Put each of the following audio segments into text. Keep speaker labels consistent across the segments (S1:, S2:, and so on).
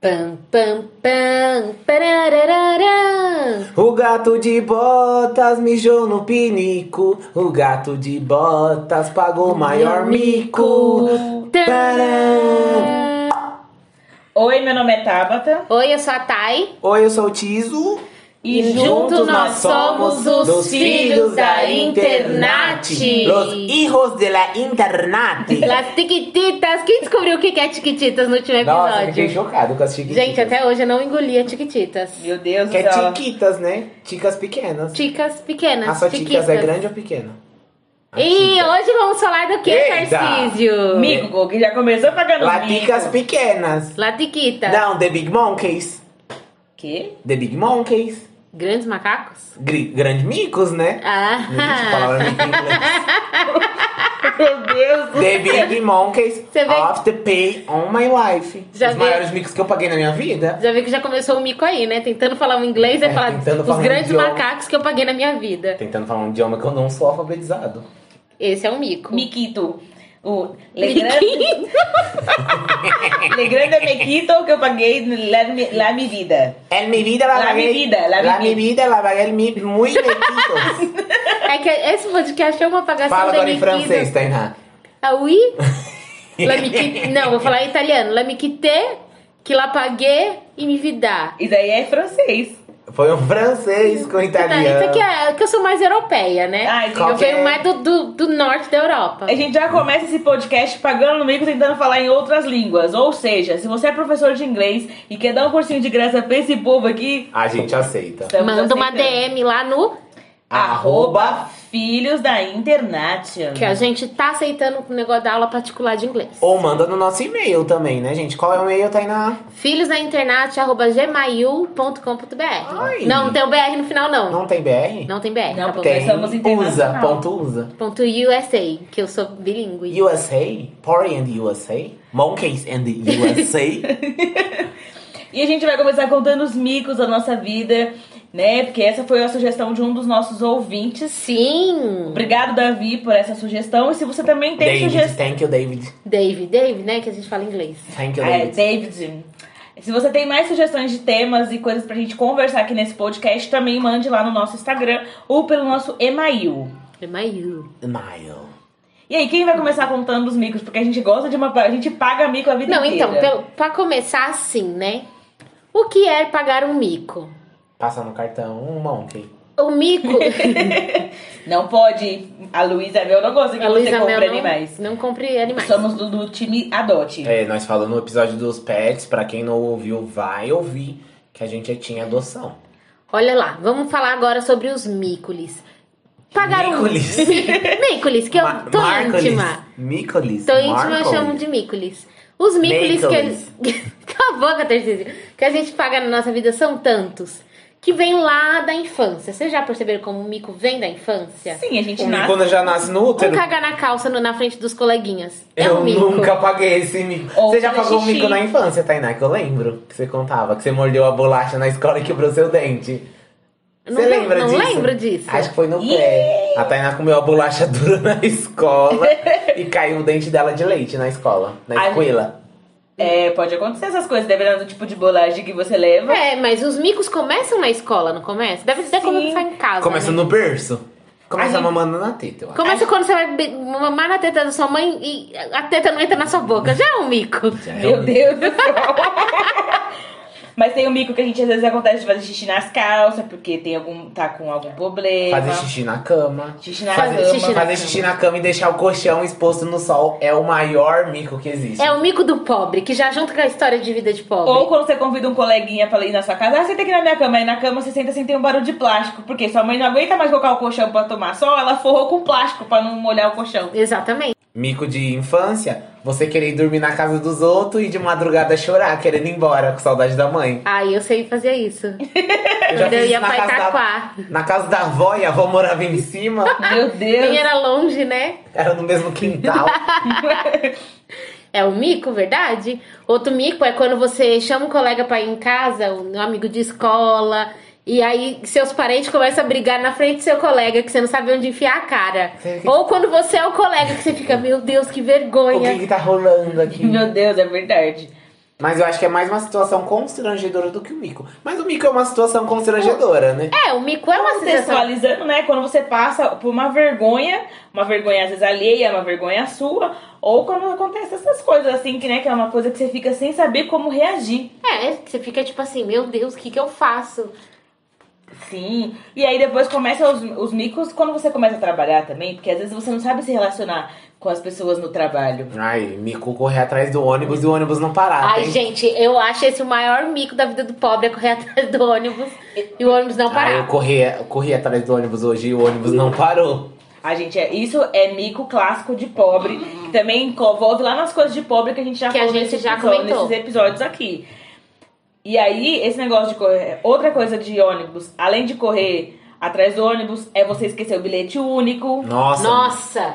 S1: Pam, pam, pam, pararararã.
S2: O gato de botas mijou no pinico. O gato de botas pagou o maior mico. Tcharam!
S3: Oi, meu nome é Tabata.
S1: Oi, eu sou a Thay.
S2: Oi, eu sou o Tizo.
S3: E,
S1: juntos
S3: juntos
S1: nós somos os filhos da internet.
S2: Los hijos de la internet.
S1: Las Tiquititas. Quem descobriu o que é Tiquititas no último
S2: Nossa, eu fiquei
S1: episódio?
S2: chocado com as chiquititas.
S1: Gente, até hoje eu não engolia Tiquititas.
S3: Meu Deus
S2: Que
S3: do
S2: é
S3: céu.
S2: tiquitas, né? Ticas pequenas.
S1: Ticas
S2: A
S1: pequenas,
S2: sua
S1: Tiquitas.
S2: ticas é grande ou pequena? A
S1: E
S2: tica.
S1: hoje vamos falar do que,
S2: Eita!
S1: Tarcísio?
S3: Mico, que já começou pagando mico.
S2: Laticas pequenas.
S1: Latiquita.
S2: Não, The Big Monkeys.
S3: Que?
S2: The Big Monkeys.
S1: Grandes macacos?
S2: Gri grandes micos, né?
S1: Ah,
S2: Não existe palavra mico em inglês.
S3: Meu Deus do
S2: The Big Monkeys
S1: Você vê-
S2: of the pay on my life.
S1: Já
S2: Os
S1: vê-
S2: maiores micos que eu paguei na minha vida.
S1: já vi que já começou o mico aí, né? Tentando falar o inglês e
S2: É,
S1: falar
S2: tentando
S1: os
S2: falar um
S1: grandes
S2: idioma.
S1: macacos que eu paguei na minha vida.
S2: Tentando falar um idioma que eu não sou alfabetizado.
S1: Esse é o mico.
S3: Miquito. O Legrande. Legrande é Miquito que eu paguei lá, mi- lá mi vida.
S2: El mi vida la,
S3: La
S2: pagué-
S3: mi vida, la mi
S2: la mi
S3: vida.
S2: vida la pagué el mi muy mequitos.
S1: É que esse podcast é uma apagação
S2: Fala
S1: da
S2: agora em
S1: Miquita.
S2: francês, Tainá.
S1: Ah, oui? La miqui- Não, vou falar em italiano. La miquite, que la pagué e me vidá.
S3: Isso aí é francês.
S2: Foi um francês com italiano.
S1: Tá, Isso que, é, que eu sou mais europeia, né?
S3: Ah, entendi.
S1: eu venho mais do, do, do norte da Europa.
S3: A gente já começa esse podcast pagando no mico tentando falar em outras línguas. Ou seja, se você é professor de inglês e quer dar um cursinho de graça pra esse povo aqui,
S2: A gente aceita.
S3: estamos
S1: Manda uma
S3: tá aceitando.
S1: DM lá no.
S3: Arroba Filhos da Internet.
S1: Que a gente tá aceitando o negócio da aula particular de inglês.
S2: Ou manda no nosso e-mail também, né, gente? Qual é o e-mail, Tainá?
S1: Filhos da internet, arroba gmail.com.br.
S2: Ai.
S1: Não, não tem o BR no final, não. Não,
S2: Não tem BR?
S1: tem BR.
S3: Não,
S1: acabou.
S3: porque-
S2: tem.
S3: Somos
S2: Usa,
S3: internacional.
S2: ponto usa.
S1: Ponto USA, que eu sou bilíngue.
S2: USA, Party and USA, Monkeys and USA.
S3: E a gente vai começar contando os micos da nossa vida, né? Porque essa foi a sugestão de um dos nossos ouvintes.
S1: Sim!
S3: Obrigado, Davi, por essa sugestão. E se você também tem
S2: David,
S3: sugestão.
S2: thank you, David.
S1: David, David, né? Que a gente fala inglês.
S2: Thank you,
S3: É,
S2: David.
S3: David. Se você tem mais sugestões de temas e coisas pra gente conversar aqui nesse podcast, também mande lá no nosso Instagram ou pelo nosso e-mail.
S1: Gmail.
S2: Nile.
S3: E aí, quem vai começar contando os micos? Porque a gente gosta de uma. A gente paga mico a vida
S1: Não,
S3: inteira.
S1: então, pelo, pra começar assim, né? O que é pagar um mico?
S2: Passa no cartão um monkey.
S1: O mico.
S3: Não pode. A Luísa Mel não gosta que
S1: a
S3: você
S1: Luísa Mel
S3: compre
S1: não,
S3: animais.
S1: não compre animais.
S3: Somos do, do time Adote.
S2: É, nós falamos no episódio dos pets, pra quem não ouviu, vai ouvir, que a gente já tinha adoção.
S1: Olha lá, vamos falar agora sobre os micolis. Pagar
S2: Mícolis.
S1: um. micolis, que eu
S2: Ma-
S1: tô
S2: Marcolis,
S1: íntima.
S2: Mícolis.
S1: Tô íntima, eu
S2: Marcolis.
S1: chamo de micolis. Os micolis que. Cala a boca, Tarcísio. Que a gente paga na nossa vida são tantos. Que vem lá da infância. Vocês já perceberam como o mico vem da
S2: É.
S1: infância?
S3: Sim, a gente
S2: O
S3: nasce.
S2: mico já nasce no
S1: Um
S2: útero.
S1: cagar na calça no- na frente dos coleguinhas. É
S2: eu
S1: um mico.
S2: nunca paguei esse mico.
S3: Ou
S2: Você já
S3: fazer
S2: pagou um
S3: xixi.
S2: mico na infância, Tainá, que eu lembro. Que você contava, que você mordeu a bolacha na escola e quebrou seu dente.
S1: Não
S2: Você
S1: lem-
S2: lembra
S1: não
S2: disso?
S1: lembro disso.
S2: Acho que foi no
S3: Ih!
S2: pé. A Tainá comeu a bolacha dura na escola e caiu o dente dela de leite na escola, na
S3: Ai,
S2: escuela.
S3: É, pode acontecer essas coisas, dependendo do tipo de bolagem que você leva.
S1: É, mas os micos começam na escola, não começa? Deve até
S3: Sim.
S1: começar em casa.
S2: Começa
S1: né?
S2: no berço. Começa
S3: Ai,
S2: mamando na teta, eu acho.
S1: Começa quando você vai be- mamar na teta da sua mãe e a teta não entra na sua boca. Já é um mico.
S2: Já é
S3: Meu
S2: um-
S3: Deus do céu. Mas tem o mico que a gente às vezes acontece de fazer xixi nas calças, porque tem algum. tá com algum problema.
S2: Fazer xixi na cama.
S3: Xixi na
S2: fazer,
S3: cama.
S2: xixi na, fazer xixi na cama e deixar o colchão exposto no sol é o maior mico que existe.
S1: É o mico do pobre, que já junta com a história de vida de pobre.
S3: Ou quando você convida um coleguinha pra ir na sua casa, ah, senta aqui na minha cama. Aí na cama você senta assim, tem um barulho de plástico. Porque sua mãe não aguenta mais colocar o colchão pra tomar sol, ela forrou com plástico pra não molhar o colchão.
S1: Exatamente.
S2: Mico de infância, você querer ir dormir na casa dos outros e de madrugada chorar, querendo ir embora, com saudade da mãe.
S1: Aí eu sei fazer isso.
S2: Eu já
S1: Quando eu
S2: fiz
S1: ia
S2: isso na
S1: pra
S3: tá
S2: casa, da,
S1: Itaquá.
S2: na casa da avó e a avó morava em cima,
S3: Meu
S1: Nem
S3: Deus.
S1: era longe, né?
S2: era no mesmo quintal.
S1: É o mico, verdade? Outro mico é quando você chama um colega pra ir em casa, um amigo de escola, e aí seus parentes começam a brigar na frente do seu colega, que você não sabe onde enfiar a cara.
S2: Você fica-
S1: Ou quando você é o colega, que você fica, meu Deus, que
S2: o que
S1: vergonha.
S2: que tá rolando aqui?
S3: Meu Deus, é verdade.
S2: Mas eu acho que é mais uma situação constrangedora do que o mico. Mas o mico é uma situação constrangedora, né?
S1: É, o mico é uma sensação.
S3: Contextualizando, Tá né? Quando você passa por uma vergonha, uma vergonha às vezes alheia, uma vergonha sua, ou quando acontece essas coisas assim, que, né, que é uma coisa que você fica sem saber como reagir.
S1: É, que você fica tipo assim, meu Deus, o que que eu faço?
S3: Sim. E aí depois começa os, os micos quando você começa a trabalhar também, porque às vezes você não sabe se relacionar com as pessoas no trabalho.
S2: Ai, mico correr atrás do ônibus e o ônibus não parar.
S1: Ai,
S2: hein?
S1: gente, eu acho esse o maior mico da vida do pobre é correr atrás do ônibus e o ônibus não
S2: Ai, Ah, eu
S1: parar.
S2: corri, eu corri atrás do ônibus hoje e o ônibus não parou.
S3: A gente é, isso é mico clássico de pobre, que também envolve lá nas coisas de pobre que a gente já
S1: Que a
S3: falou
S1: gente
S3: nesse
S1: já
S3: episódio-
S1: comentou.
S3: nesses episódios aqui. E aí, esse negócio de correr, outra coisa de ônibus, além de correr atrás do ônibus, é você esquecer o bilhete único.
S2: Nossa.
S1: Nossa!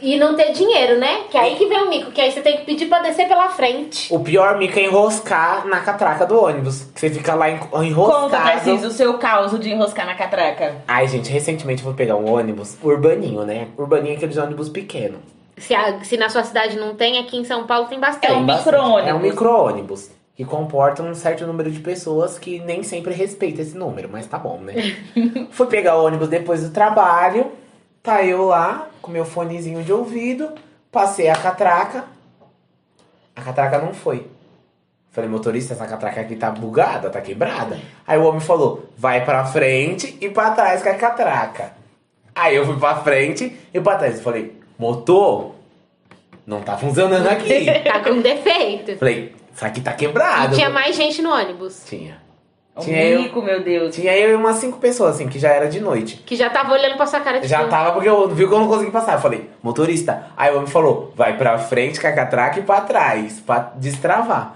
S1: E não ter dinheiro, né? Que aí que vem o mico, que aí você tem que pedir pra descer pela frente.
S2: O pior mico é enroscar na catraca do ônibus. Que você fica lá en-
S3: Conta,
S2: enroscado.
S3: Tarcísio, o seu caos de enroscar na catraca.
S2: Ai, gente, recentemente eu fui pegar um ônibus urbaninho, né? Urbaninho é aqueles ônibus pequeno.
S1: Se, a- se na sua cidade não tem, aqui em São Paulo tem bastante.
S3: É um
S2: bastante.
S3: micro-ônibus.
S2: É um micro-ônibus. Que comporta um certo número de pessoas que nem sempre respeita esse número, mas tá bom, né? Fui pegar o ônibus depois do trabalho, tá eu lá, com meu fonezinho de ouvido, passei a catraca. A catraca não foi. Falei, motorista, essa catraca aqui tá bugada, tá quebrada. Aí o homem falou, vai pra frente e pra trás com a catraca. Aí eu fui pra frente e pra trás. Eu falei, motor, não tá funcionando aqui.
S1: Tá com defeito.
S2: Falei, isso aqui tá
S1: E
S2: quebrado.
S1: tinha mais gente no ônibus.
S2: Tinha.
S3: Um
S2: Tinha eu.
S3: mico, meu Deus.
S2: Tinha eu e umas cinco pessoas, assim, que já era de noite.
S1: Que já tava olhando pra sua cara tipo, de
S2: Já tá. tava porque eu viu que eu não consegui passar. Eu falei, motorista. Aí o homem falou, vai pra frente, cacatraca e pra trás, pra destravar.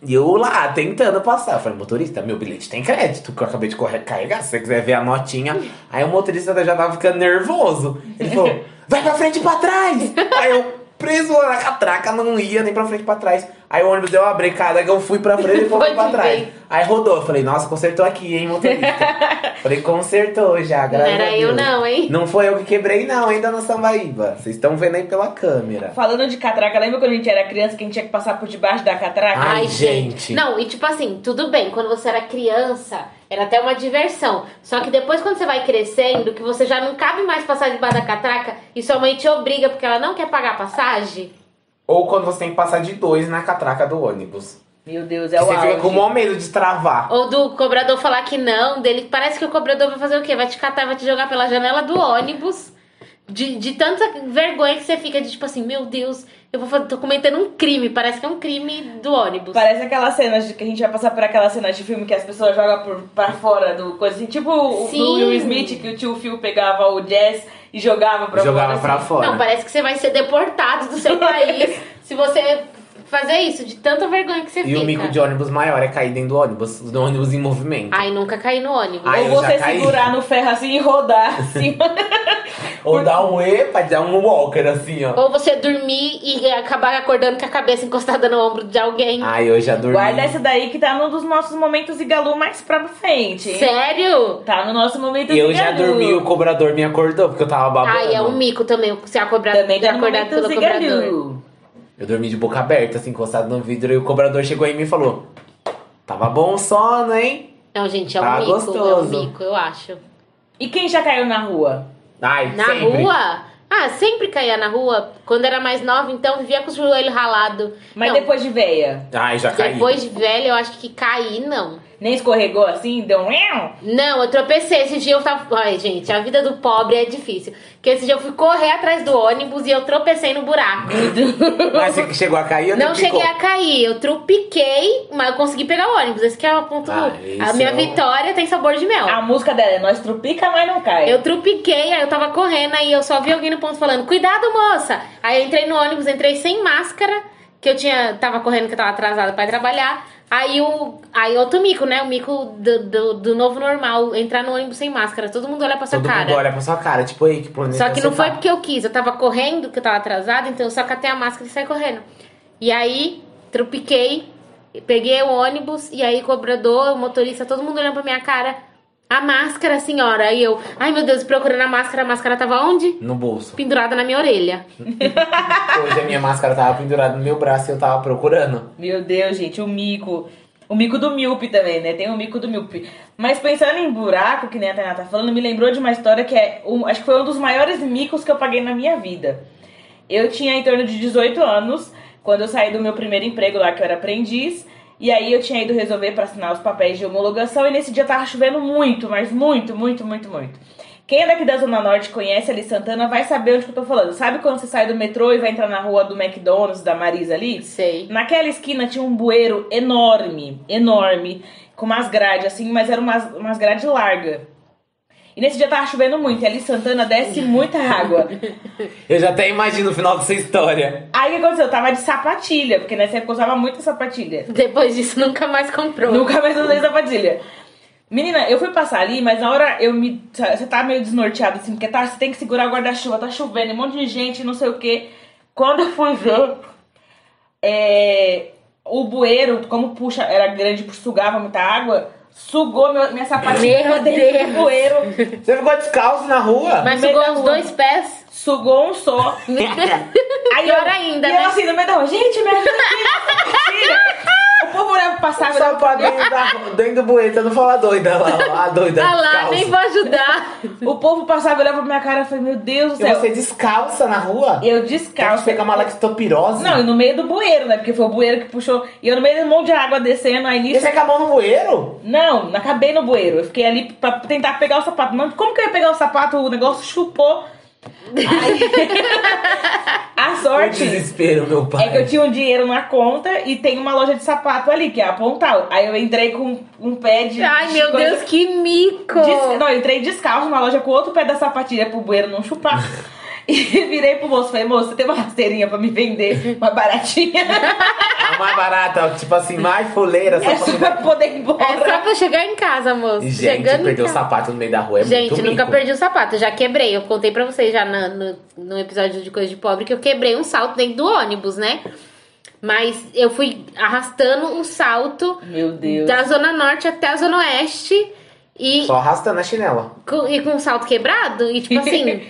S2: E eu lá, tentando passar. Eu falei, motorista, meu bilhete tem crédito, que eu acabei de correr, carregar. Se você quiser ver a notinha. Aí o motorista já tava ficando nervoso. Ele falou, vai pra frente e pra trás. Aí eu, preso na catraca, não ia nem pra frente e pra trás. Aí o ônibus deu uma brecada, que eu fui pra frente e foi
S1: Pode
S2: pra trás.
S1: ver.
S2: Aí rodou. Eu falei, nossa, consertou aqui, hein, motorista. falei, consertou já,
S1: Não
S2: graças
S1: era
S2: a
S1: eu
S2: Deus.
S1: não, hein?
S2: Não foi eu que quebrei, não, ainda na sambaíba. Vocês estão vendo aí pela câmera.
S3: Falando de catraca, lembra quando a gente era criança que a gente tinha que passar por debaixo da catraca?
S2: Ai, gente.
S1: Não, e tipo assim, tudo bem, quando você era criança, era até uma diversão. Só que depois, quando você vai crescendo, que você já não cabe mais passar debaixo da catraca e sua mãe te obriga porque ela não quer pagar a passagem.
S2: Ou quando você tem que passar de dois na catraca do ônibus.
S3: Meu Deus,
S2: Que
S3: é o
S2: você fica
S3: auge.
S2: com o maior medo de travar.
S1: Ou do cobrador falar que não, dele. Parece que o cobrador vai fazer o quê? Vai te catar, vai te jogar pela janela do ônibus. De, de tanta vergonha que você fica de tipo assim, meu Deus, eu vou fazer, tô cometendo um crime. Parece que é um crime do ônibus.
S3: Parece aquelas cenas de, que a gente vai passar por aquelas cenas de filme que as pessoas jogam por, pra fora do coisa assim, tipo o
S1: Sim.
S3: do Will Smith que o tio Phil pegava o jazz e jogava pra
S2: Jogava
S3: fora.
S2: pra
S3: assim.
S2: fora.
S1: Não, parece que você vai ser deportado do seu país se você fazer isso, de tanta vergonha que você
S2: E
S1: fica.
S2: o mico de ônibus maior é cair dentro do ônibus. Do ônibus em movimento.
S1: Ai, nunca caí no ônibus.
S2: Ai,
S3: Ou
S2: eu já
S3: você
S2: caí.
S3: segurar no ferro assim e rodar assim.
S2: Ou dar um E pra dar um walker, assim, ó.
S1: Ou você dormir e acabar acordando com a cabeça encostada no ombro de alguém.
S2: Ai, eu já dormi.
S3: Guarda essa daí que tá num dos nossos momentos de galu mais pra frente. hein?
S1: Sério?
S3: Tá no nosso momento
S2: E eu
S3: de
S2: já
S3: galu.
S2: dormi e o cobrador me acordou, porque eu tava babando.
S1: Ai, é um mico também, você acordar,
S3: Também tá no
S1: acordado
S3: momento
S1: pelo cobrador.
S3: Zigalu.
S2: Eu dormi de boca aberta, assim, encostado no vidro. E o cobrador chegou em mim e falou... Tava bom o sono, hein?
S1: Não, gente, é um
S2: Tá
S1: mico,
S2: gostoso.
S1: é um mico, eu acho.
S3: E quem já caiu na rua?
S2: Ai,
S1: Na
S2: sempre.
S1: rua? Ah, sempre caía na rua. Quando era mais nova, então vivia com os joelhos ralados.
S3: Mas
S1: Não,
S3: depois de veia,
S2: Ai, já caí.
S1: depois de velha, eu acho que caí, não.
S3: nem escorregou assim, deu um... miau?
S1: Não, eu tropecei. Esse dia eu tava. Ai, gente, a vida do pobre é difícil. Porque esse dia eu fui correr atrás do ônibus e eu tropecei no buraco.
S2: Mas você chegou a cair ou
S1: Não
S2: ficou?
S1: cheguei a cair, eu trupiquei, mas eu consegui pegar o ônibus. Esse que é o ponto.
S2: Ah,
S1: a
S2: esse
S1: minha
S2: é o-
S1: vitória tem sabor de mel.
S3: A música dela é Nós Trupica, mas não cai.
S1: Eu trupiquei, aí eu tava correndo, aí eu só vi alguém no ponto falando, cuidado, moça! Aí eu entrei no ônibus, entrei sem máscara, que eu tinha. Tava correndo que eu tava atrasada pra ir trabalhar. Aí o. Aí outro mico, né? O mico do, do, do novo normal, entrar no ônibus sem máscara. Todo mundo olha pra sua
S2: Todo
S1: cara.
S2: mundo olha pra sua cara, tipo, aí, que planeta
S1: Só que não
S2: você
S1: foi
S2: tá?
S1: porque eu quis, eu tava correndo, que eu tava atrasada, então eu só catei a máscara e saí correndo. E aí, tropiquei, peguei o ônibus, e aí cobrador, o motorista, todo mundo olhando pra minha cara. A máscara, senhora. E eu, ai meu Deus, procurando a máscara, a máscara tava onde?
S2: No bolso.
S1: Pendurada na minha orelha.
S2: Hoje a minha máscara tava pendurada no meu braço e eu tava procurando.
S3: Meu Deus, gente, o mico. O mico do míope também, né? Tem o mico do míope. Mas pensando em buraco, que nem a Tainá tá falando, me lembrou de uma história que é. um- acho que foi um dos maiores micos que eu paguei na minha vida. Eu tinha em torno de 18 anos, quando eu saí do meu primeiro emprego lá, que eu era aprendiz. E aí eu tinha ido resolver pra assinar os papéis de homologação e nesse dia tava chovendo muito, mas muito, muito, muito, muito. Quem é daqui da Zona Norte conhece ali Santana vai saber onde que eu tô falando. Sabe quando você sai do metrô e vai entrar na rua do McDonald's, da Marisa ali?
S1: Sei.
S3: Naquela esquina tinha um bueiro enorme, enorme, com umas grades assim, mas era umas, umas grades largas. E nesse dia tava chovendo muito, e ali Santana desce muita água.
S2: Eu já até imagino o final dessa história.
S3: Aí o que aconteceu? Eu tava de sapatilha, porque nessa época eu usava muita sapatilha.
S1: Depois disso, nunca mais comprou.
S3: Nunca mais usei sapatilha. Menina, eu fui passar ali, mas na hora eu me. Você tá meio desnorteado, assim, porque tá, você tem que segurar o guarda-chuva, tá chovendo, um monte de gente, não sei o quê. Quando eu fui ver, é, o bueiro, como puxa, era grande, sugava muita água, sugou meu- minha sapatilha
S1: Meu
S3: pra dentro do
S1: Deus.
S3: bueiro,
S2: Você ficou descalço na rua?
S1: Mas
S3: No meio
S1: sugou
S3: da
S1: os
S3: rua.
S1: dois pés.
S3: sugou um só. Aí
S1: Pior
S3: eu,
S1: ainda,
S3: e
S1: né?
S3: eu assim, no meio da rua, gente, me ajuda aqui, sapatilha. O povo olhava,
S2: Sabe,
S3: passava,
S2: Só pra dentro, da, dentro do bueto, não fala doida lá, lá, a doida.
S1: Ah lá,
S2: descalça.
S1: nem vou ajudar.
S3: o povo passava, olhava pra minha cara e falei, meu Deus do
S2: E
S3: céu.
S2: você descalça na rua?
S3: Eu
S2: Quer
S3: descalço.
S2: pegar uma lactopirose?
S3: Não, e no meio do bueiro, né? Porque foi o bueiro que puxou. E eu no meio de um monte de água descendo, aí
S2: E
S3: nisso.
S2: você com a mão no bueiro?
S3: Não, não acabei no bueiro. Eu fiquei ali pra tentar pegar o sapato. Mas como que eu ia pegar o sapato? O negócio chupou. Aí- a
S2: Que
S3: sorte
S2: desespero, meu pai.
S3: é que eu tinha um dinheiro na conta e tem uma loja de sapato ali, que é a Pontal. Aí eu entrei com um pé de.
S1: Ai,
S3: de
S1: meu
S3: coisa-
S1: Deus, que mico.
S3: Des- Não, eu entrei descalço numa loja com outro pé da sapatilha pro bueiro não chupar. E virei pro moço, falei, moço, você tem uma rasteirinha pra me vender? Uma baratinha?
S2: A mais barata, tipo assim, mais foleira.
S3: É
S2: só
S3: só
S2: pra...
S3: pra poder ir
S1: É só
S3: embora.
S1: pra chegar em casa, moço.
S2: Gente,
S1: Chegando
S2: perder
S1: em
S2: o
S1: casa.
S2: sapato no meio da rua é
S1: então. Gente,
S2: muito
S1: nunca
S2: mico.
S1: perdi o sapato, eu já quebrei. Eu contei pra vocês já na- no, no episódio de Coisa de Pobre que eu quebrei um salto dentro do ônibus, né? Mas eu fui arrastando um salto
S3: Meu Deus.
S1: da Zona Norte até a Zona Oeste e
S2: Só arrastando a chinela.
S1: com, e com um salto quebrado. E tipo assim,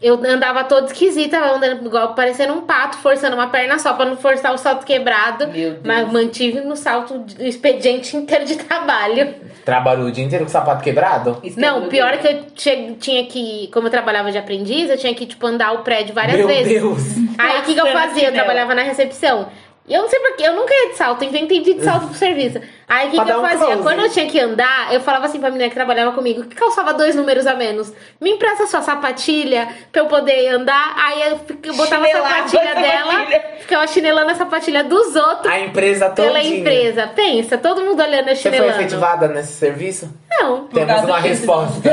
S1: eu andava toda esquisita, andando igual parecendo um pato, forçando uma perna só pra não forçar o salto quebrado.
S3: Meu Deus.
S1: Mas mantive no salto o expediente inteiro de trabalho.
S2: Trabalhou o dia inteiro com o sapato quebrado?
S3: Isso
S1: Não,
S3: é
S1: o pior é
S3: doido.
S1: que eu che- tinha que. Como eu trabalhava de aprendiz, eu tinha que, tipo, andar o prédio várias
S2: meu
S1: vezes.
S2: Deus. né?
S1: Aí o que, que eu
S3: Nossa,
S1: fazia? Eu
S3: chinelo.
S1: trabalhava na recepção. E eu não sei porquê, eu nunca ia de salto, então eu inventei de ir de salto pro serviço. Aí o que,
S2: Pra
S1: que
S2: dar
S1: eu
S2: um
S1: fazia?
S2: close.
S1: Quando eu tinha que andar, eu falava assim pra menina que trabalhava comigo, que calçava dois números a menos. Me empresta sua sapatilha pra eu poder andar. Aí eu, fi- eu botava
S3: Chinelava
S1: a sapatilha
S3: a
S1: dela,
S3: sapatilha.
S1: ficava chinelando a sapatilha dos outros
S2: A empresa toda.
S1: pela empresa. Pensa, todo mundo olhando eu
S2: Ah, Você foi
S1: chinelando.
S2: efetivada nesse serviço?
S1: não.
S2: Temos
S3: causa
S2: uma
S3: disso.
S2: resposta.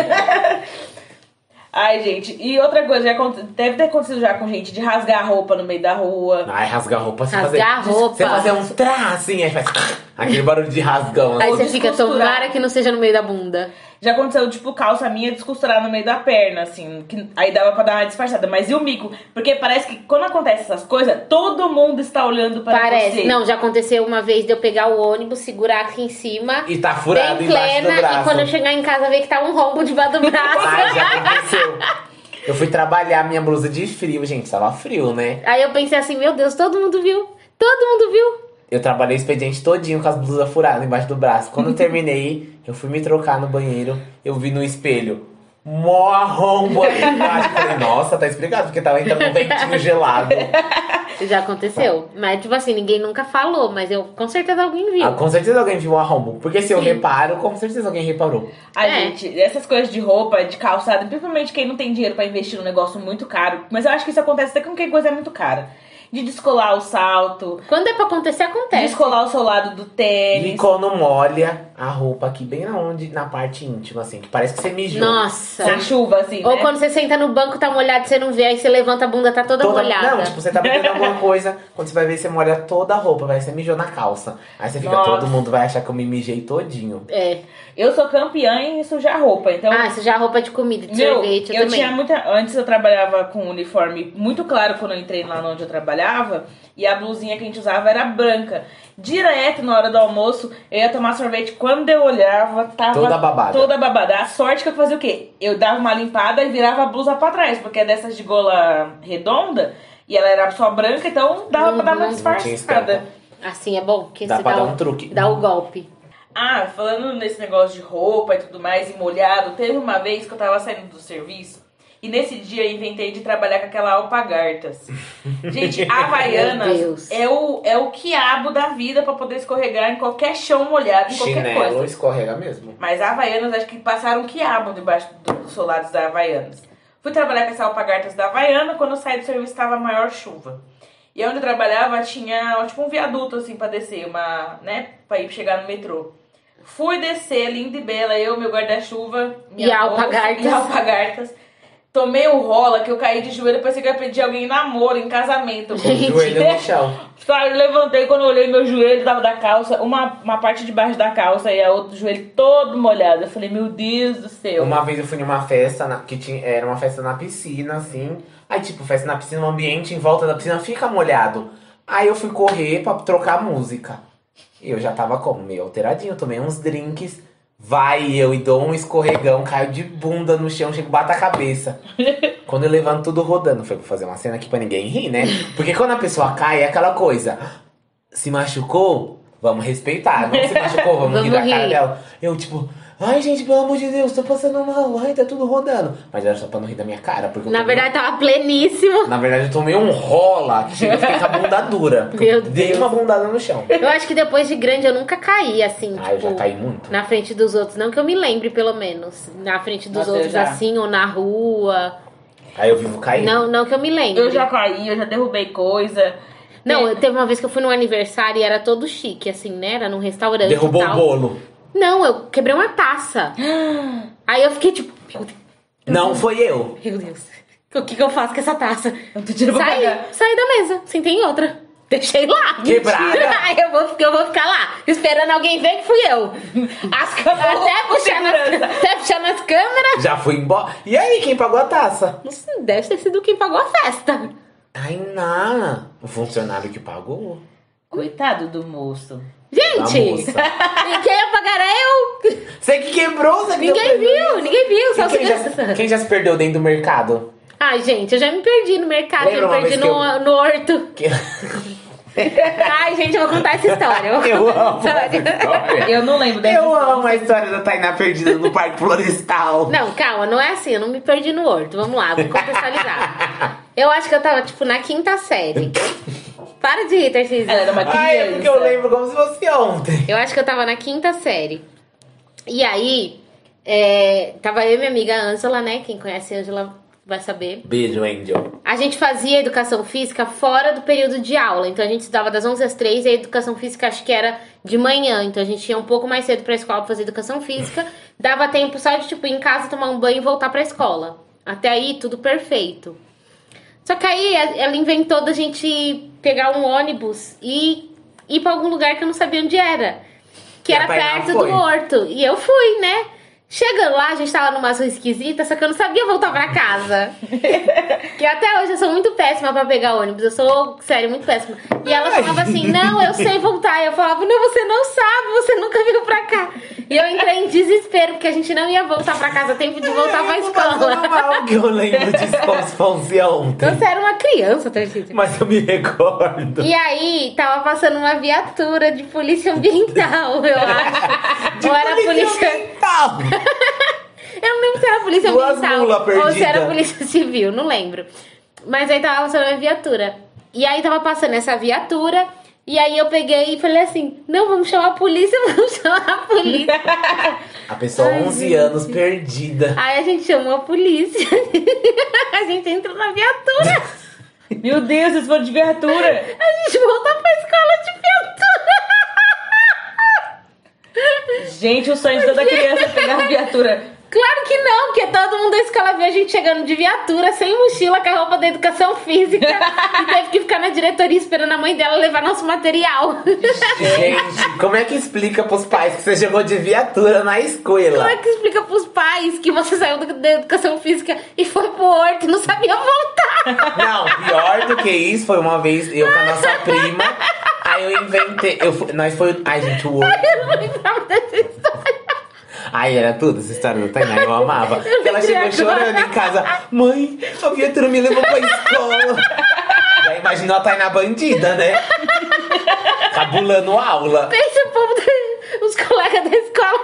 S3: Ai, gente, e outra coisa, já aconte- deve ter acontecido já com gente de rasgar a roupa no meio da rua.
S2: Ai, rasgar a roupa. Você
S1: Rasgar
S2: fazer,
S1: a roupa.
S2: Você fazer um trá, assim, aí faz... Aquele barulho de rasgão. assim,
S1: Aí
S3: Ou
S1: você fica,
S3: descosturar.
S1: tomara que não seja no meio da bunda.
S3: Já aconteceu, tipo, calça minha descosturar no meio da perna, assim, que aí dava pra dar uma disfarçada. Mas e o mico? Porque parece que quando acontece essas coisas, todo mundo está olhando para
S1: Parece.
S3: você.
S1: Não, já aconteceu uma vez de eu pegar o ônibus, segurar aqui em cima,
S2: E tá furado
S1: bem
S2: embaixo
S1: plena,
S2: do braço.
S1: e quando eu chegar em casa ver que tá um rombo debaixo do
S2: Ai,
S1: braço.
S2: já aconteceu. Eu fui trabalhar minha blusa de frio, gente. Tava frio, né?
S1: Aí eu pensei assim, meu Deus, todo mundo viu. Todo mundo viu.
S2: Eu trabalhei o expediente todinho com as blusas furadas embaixo do braço. Quando eu terminei, eu fui me trocar no banheiro, eu vi no espelho. Mó arrombo aqui embaixo. Eu Falei, nossa, tá explicado, porque tava entrando um ventinho gelado.
S1: Já
S2: Tá.
S1: aconteceu. Mas, tipo assim, ninguém nunca falou, mas eu com certeza alguém viu.
S2: Ah, com certeza alguém viu um arrombo. Porque se eu reparo, com certeza alguém reparou.
S3: A
S1: É.
S3: gente, essas coisas de roupa, de calçado, principalmente quem não tem dinheiro pra investir num negócio muito caro, mas eu acho que isso acontece até com quem coisa é muito cara. De descolar o salto,
S1: Quando é pra acontecer, acontece.
S3: descolar o seu lado do
S2: E
S1: É
S3: tênis.
S2: quando molha a roupa aqui, bem aonde? Na parte íntima, assim, que parece que você é? mijou.
S1: Nossa.
S3: Na chuva, assim,
S1: Ou
S3: né?
S1: quando você senta no banco, tá molhado, você não vê, aí você levanta a bunda, tá toda, molhada.
S2: Não, tipo, você tá bebendo alguma coisa, quando você vai ver, você molha toda a roupa, vai, você mijou na calça. Aí você fica,
S3: Nossa.
S2: todo mundo vai achar que eu me mijei todinho.
S1: É.
S3: Eu sou campeã em sujar roupa, então...
S1: Ah, isso já é roupa de comida, de
S3: Meu,
S1: sorvete, eu,
S3: eu
S1: também.
S3: tinha muita. Antes eu trabalhava com um uniforme muito claro quando eu entrei lá onde eu trabalhava. E a blusinha que a gente usava era branca. Direto na hora do almoço, eu ia tomar sorvete. Quando eu olhava, tava
S2: Toda babada.
S3: Toda babada. A sorte que eu fazia o quê? Eu dava uma limpada e virava a blusa pra trás, porque é dessas de gola redonda e ela era só branca, então dava pra dar uma
S1: Uhum.
S2: Não tinha estampa.
S3: disfarçada.
S1: Assim é bom, porque
S2: Dá
S1: você
S2: pra
S1: dá
S2: dar
S1: o-
S2: um truque.
S1: Dá o golpe.
S3: Ah, falando nesse negócio de roupa e tudo mais, e molhado, teve uma vez que eu tava saindo do serviço e nesse dia eu inventei de trabalhar com aquela alpagartas. Gente, a
S1: Meu
S3: Havaianas
S1: Deus.
S3: é o, é o quiabo da vida pra poder escorregar em qualquer chão molhado, em qualquer
S2: Chinelo
S3: coisa.
S2: escorrega mesmo.
S3: Mas a Havaianas, acho que passaram um quiabo debaixo dos solados da Havaianas. Fui trabalhar com essa alpagartas da Havaiana, quando eu saí do serviço estava a maior chuva. E onde eu trabalhava tinha tipo um viaduto assim pra descer, uma, né, pra ir chegar no metrô. Fui descer, linda e bela, eu, meu guarda-chuva, minha
S1: E a
S3: bolsa,
S1: alpagartas.
S3: E a alpagartas. Tomei um rola que eu caí de joelho, parecia que eu ia pedir alguém em namoro, em casamento.
S2: Com o joelho no chão.
S3: Cara, eu levantei quando eu olhei meu joelho tava da calça, uma, uma parte de baixo da calça e a outra joelho todo molhado. Eu falei, meu Deus do céu.
S2: Uma vez eu fui numa festa na- que tinha, era uma festa na piscina, assim. Aí, tipo, festa na piscina, o ambiente em volta da piscina fica molhado. Aí eu fui correr pra trocar música. E eu já tava como? Meio alteradinho, tomei uns drinks. Vai eu e dou um escorregão, caio de bunda no chão, chego, bato a cabeça. quando eu levanto tudo rodando, foi pra fazer uma cena aqui pra ninguém rir, né? Porque quando a pessoa cai, é aquela coisa. Se machucou, vamos respeitar. Não se machucou, vamos, rir
S1: Vamos
S2: da cara
S1: rir.
S2: dela. Eu, tipo, ai gente, pelo amor de Deus, tô passando mal, ai, tá tudo rodando. Mas era só pra não rir da minha cara, porque eu
S1: Na
S2: tomei-
S1: verdade, tava pleníssimo.
S2: na verdade, eu tomei um rola que chega a ficar com a bunda dura. porque
S1: Meu
S2: eu Dei
S1: Deus.
S2: uma bundada no chão.
S1: Eu acho que depois de grande eu nunca caí, assim,
S2: Ah, eu já
S1: tipo,
S2: caí muito.
S1: na frente dos outros. Não que eu me lembre, pelo menos. Na frente dos
S3: Nossa, eu
S1: outros,
S3: já.
S1: assim, ou na rua.
S2: Aí eu vivo caindo.
S1: Não, não que eu me lembre.
S3: Eu já caí, eu já derrubei coisa.
S1: Não, eu- teve uma vez que eu fui num aniversário e era todo chique, assim, né? Era num restaurante.
S2: Derrubou
S1: e
S2: o
S1: tal.
S2: bolo.
S1: Não, eu quebrei uma taça. Aí eu fiquei tipo, meu Deus,
S2: Não foi eu.
S1: meu Deus, o que, que eu faço com essa taça?
S3: Eu tô tirando pra pagar.
S1: Saí, saí da mesa, sentei em outra. Deixei lá.
S2: Quebrada.
S1: Ai, eu vou, eu vou ficar lá, esperando alguém ver que fui eu. As câmeras. Até puxar, nas,
S3: segurança.
S1: até puxar nas câmeras.
S2: Já fui embora. E aí, quem pagou a taça?
S1: Isso deve ter sido quem pagou a festa.
S2: Tainá. O funcionário que pagou.
S3: Coitado do moço.
S2: Da
S1: Gente,
S2: moça.
S1: quem ia pagar era eu.
S2: Você que quebrou, você que
S1: Ninguém
S2: deu
S1: viu, ninguém viu, só
S2: prejuízo. E quem,
S1: segurança.
S2: já, quem já se perdeu dentro do mercado?
S1: Ai, gente, eu já me perdi no mercado,
S2: Lembra
S1: já me
S2: uma
S1: perdi
S2: vez que
S1: no, no horto.
S2: Que-
S1: Ai, gente, eu vou contar essa história. Eu vou
S2: Eu
S1: contar
S2: amo
S1: essa
S2: essa
S1: história.
S2: história.
S3: Eu não lembro dessa
S2: Eu amo a história da Tainá perdida no Parque Florestal.
S1: Não, calma, não é assim, eu não me perdi no horto. Vamos lá, vou contextualizar. Eu acho que eu tava, tipo, na quinta série. Para de rir, Tarcísio.
S3: Ela era uma criança.
S2: Ai, é porque eu lembro como se fosse ontem.
S1: Eu acho que eu tava na quinta série. E aí, é, tava eu e minha amiga Ângela, né? Quem conhece a Ângela vai saber.
S2: Beijo, Angel.
S1: A gente fazia educação física fora do período de aula. Então a gente estudava das 11 às 3 e a educação física acho que era de manhã. Então a gente ia um pouco mais cedo pra escola pra fazer educação física. Dava tempo só de tipo ir em casa tomar um banho e voltar pra escola. Até aí tudo perfeito. Só que aí a- ela inventou da gente pegar um ônibus e ir pra algum lugar que eu não sabia onde era. Que
S2: E a
S1: era
S2: Tainá
S1: perto
S2: foi.
S1: do horto. E eu fui, né? Chegando lá, a gente tava numa rua esquisita, só que eu não sabia voltar pra casa. Que até hoje eu sou muito péssima pra pegar ônibus. Eu sou, sério, muito péssima. E ela falava assim: não, eu sei voltar. E eu falava: não, você não sabe, você nunca veio pra cá. E eu entrei em desespero, porque a gente não ia voltar pra casa a tempo de voltar pra
S2: Eu tô passando
S1: escola.
S2: mal, que eu lembro disso como se fosse ontem.
S1: Então você era uma criança, Tarcísio.
S2: Mas eu me recordo.
S1: E aí, tava passando uma viatura de polícia ambiental, eu acho.
S2: Tipo,
S1: Ou era polícia.
S2: ambiental.
S1: Eu não lembro se era polícia
S2: Duas mula
S1: ambiental
S2: perdida.
S1: ou se era polícia civil, não lembro. Mas aí tava passando uma viatura. E aí tava passando essa viatura. E aí eu peguei e falei assim: não, vamos chamar a polícia, vamos chamar a polícia.
S2: A pessoa
S1: Ai,
S2: 11
S1: gente.
S2: anos perdida.
S1: aí a gente chamou a polícia. a gente entrou na viatura.
S3: Meu Deus, vocês foram de viatura.
S1: A gente voltou pra escola de viatura.
S3: Gente, o sonho de toda criança é pegar a viatura.
S1: Claro que não, porque todo mundo da escola viu a gente chegando de viatura, sem mochila, com a roupa da educação física. e teve que ficar na diretoria esperando a mãe dela levar nosso material.
S2: Gente, como é que explica pros pais que você chegou de viatura na escola?
S1: Como é que explica pros pais que você saiu do- da educação física e foi pro horto e não sabia voltar?
S2: Não, pior do que isso foi uma vez eu com a nossa prima. Aí eu inventei. Eu, fu- nós foi. Ai, gente, o Word.
S1: Eu não lembrava dessa história.
S2: Ai, era tudo essa história da Tainá, eu amava.
S1: Eu
S2: Ela
S1: lembrei
S2: chegou
S1: agora.
S2: chorando em casa. Mãe, a viatura me levou pra escola. Já imaginou a Tainá bandida, né? Cabulando aula.
S1: Pensa o povo, da- os colegas da escola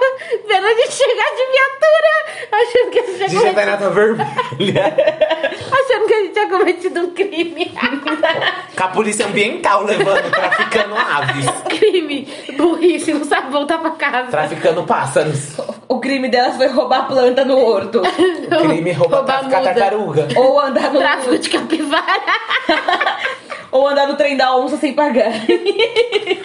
S1: vendo a gente chegar de viatura, achando que a gente tinha
S2: Gente, a
S1: cometido,
S2: Tainá tá vermelha.
S1: achando que a gente tinha cometido um crime.
S2: Com a polícia ambiental levando, traficando aves.
S1: crime, burrice, não sabe voltar pra casa.
S2: Traficando pássaros.
S3: O crime delas foi roubar planta no horto.
S2: O crime rouba traficar
S1: muda.
S2: tartaruga.
S3: ou, andar no,
S1: Tráfico de capivara.
S3: ou andar no trem da onça sem pagar.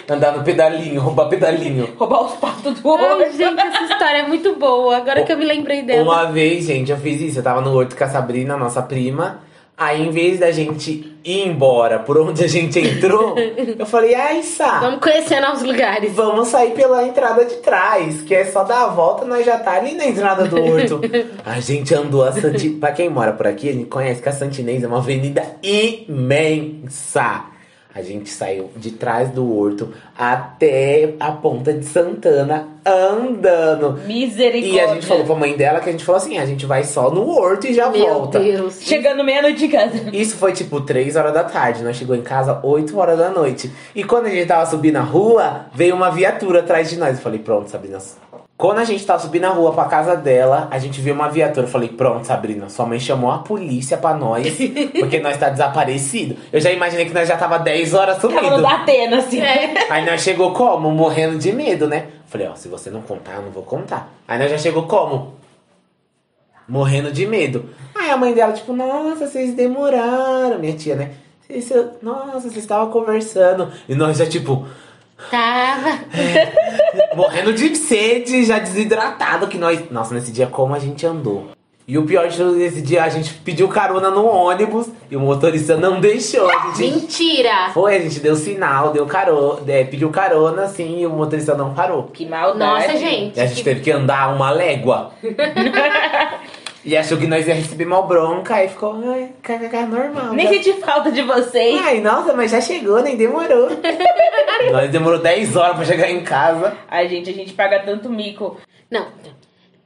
S2: Andar no pedalinho, roubar pedalinho.
S3: roubar os patos do horto.
S1: Ai, gente, essa história é muito boa. Agora que eu me lembrei dela.
S2: Uma vez, gente, eu fiz isso. Eu tava no horto com a Sabrina, nossa prima. Aí, em vez da gente ir embora por onde a gente entrou, eu falei, ai, Sá,
S1: Vamos conhecer novos lugares.
S2: vamos sair pela entrada de trás, que é só dar a volta, nós já tá ali na entrada do horto. a gente andou a Santi... Pra quem mora por aqui, a gente conhece que a Santinês é uma avenida imensa. A gente saiu de trás do horto até a ponta de Santana andando. E
S3: Misericórdia.
S2: a gente falou pra mãe dela que a gente falou assim: a gente vai só no horto e já
S1: né? Meu
S2: volta.
S1: Deus.
S3: Chegando meia-noite em casa.
S2: Isso foi tipo 3 horas da tarde, nós chegou em casa 8 horas da noite. E quando a gente tava subindo a rua, veio uma viatura atrás de nós. Eu falei, pronto, Sabrina. Quando a gente tava subindo a rua pra casa dela, a gente viu uma viatura. Eu falei, pronto, Sabrina, sua mãe chamou a polícia pra nós, porque nós tá desaparecido. Eu já imaginei que nós já tava 10 horas
S3: Tava no
S2: sumido.
S3: Datena, assim.
S1: É.
S2: Aí nós chegou como? Morrendo de medo, né? Falei, ó, se você não contar, eu não vou contar. Aí nós já chegou como? Morrendo de medo. Aí a mãe dela, tipo, nossa, vocês demoraram, minha tia, né? "Vocês- seu- Nossa, vocês estavam conversando. E nós já, tipo,
S1: Tava.
S2: morrendo de sede, já desidratado que nós. Nossa, nesse dia como a gente andou. E o pior de tudo, nesse dia a gente pediu carona no ônibus e o motorista não deixou. A gente
S1: Mentira.
S2: foi, a gente deu sinal, deu carona, pediu carona, assim, e o motorista não parou.
S3: Que maldade.
S1: Nossa, gente.
S2: E a né? gente É. teve que andar uma légua. e achou que nós ia receber mal bronca, aí ficou, ai, kkk, normal.
S3: Nem
S2: Já-
S3: senti falta de vocês.
S2: Ai, nossa, mas já chegou, nem demorou. nós demorou 10 horas pra chegar em casa.
S3: Ai, gente, a gente paga tanto mico.
S1: Não.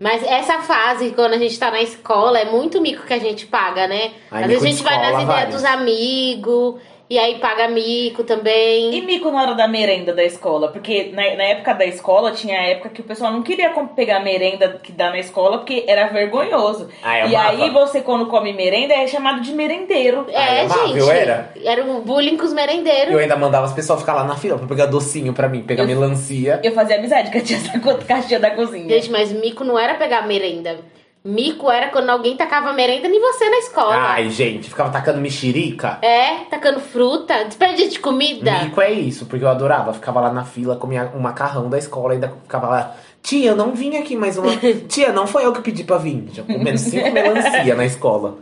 S1: Mas essa fase, quando a gente tá na escola, é muito mico que a gente paga, né?
S2: Ai,
S1: Às
S2: mico
S1: vezes a gente
S2: de
S1: vai nas
S2: escola,
S1: ideias
S2: vários.
S1: dos amigos, e aí paga mico também.
S3: E mico na hora da merenda da escola? Porque na, na época da escola tinha a época que o pessoal não queria com- pegar a merenda que dá na escola porque era vergonhoso.
S2: Ah, eu
S3: e
S2: amava.
S3: aí você, quando come merenda, é chamado de merendeiro.
S2: Ah,
S1: É,
S2: eu amava,
S1: gente.
S2: eu era.
S1: Era um bullying com os merendeiros.
S2: Eu ainda mandava as pessoas ficar lá na fila pra pegar docinho pra mim, pegar
S3: Eu-
S2: melancia.
S3: Eu fazia amizade com a tia da caixinha da cozinha.
S1: Gente, mas mico não era pegar merenda. Mico era quando alguém tacava merenda em você na escola.
S2: Ai, gente, ficava tacando mexerica.
S1: É, tacando fruta, desperdício de comida.
S2: Mico é isso, porque eu adorava. Ficava lá na fila, comia um macarrão da escola, ainda ficava lá. Tia, eu não vim aqui mais uma. Tia, não foi eu que pedi pra vir. Já comendo cinco melancia na escola.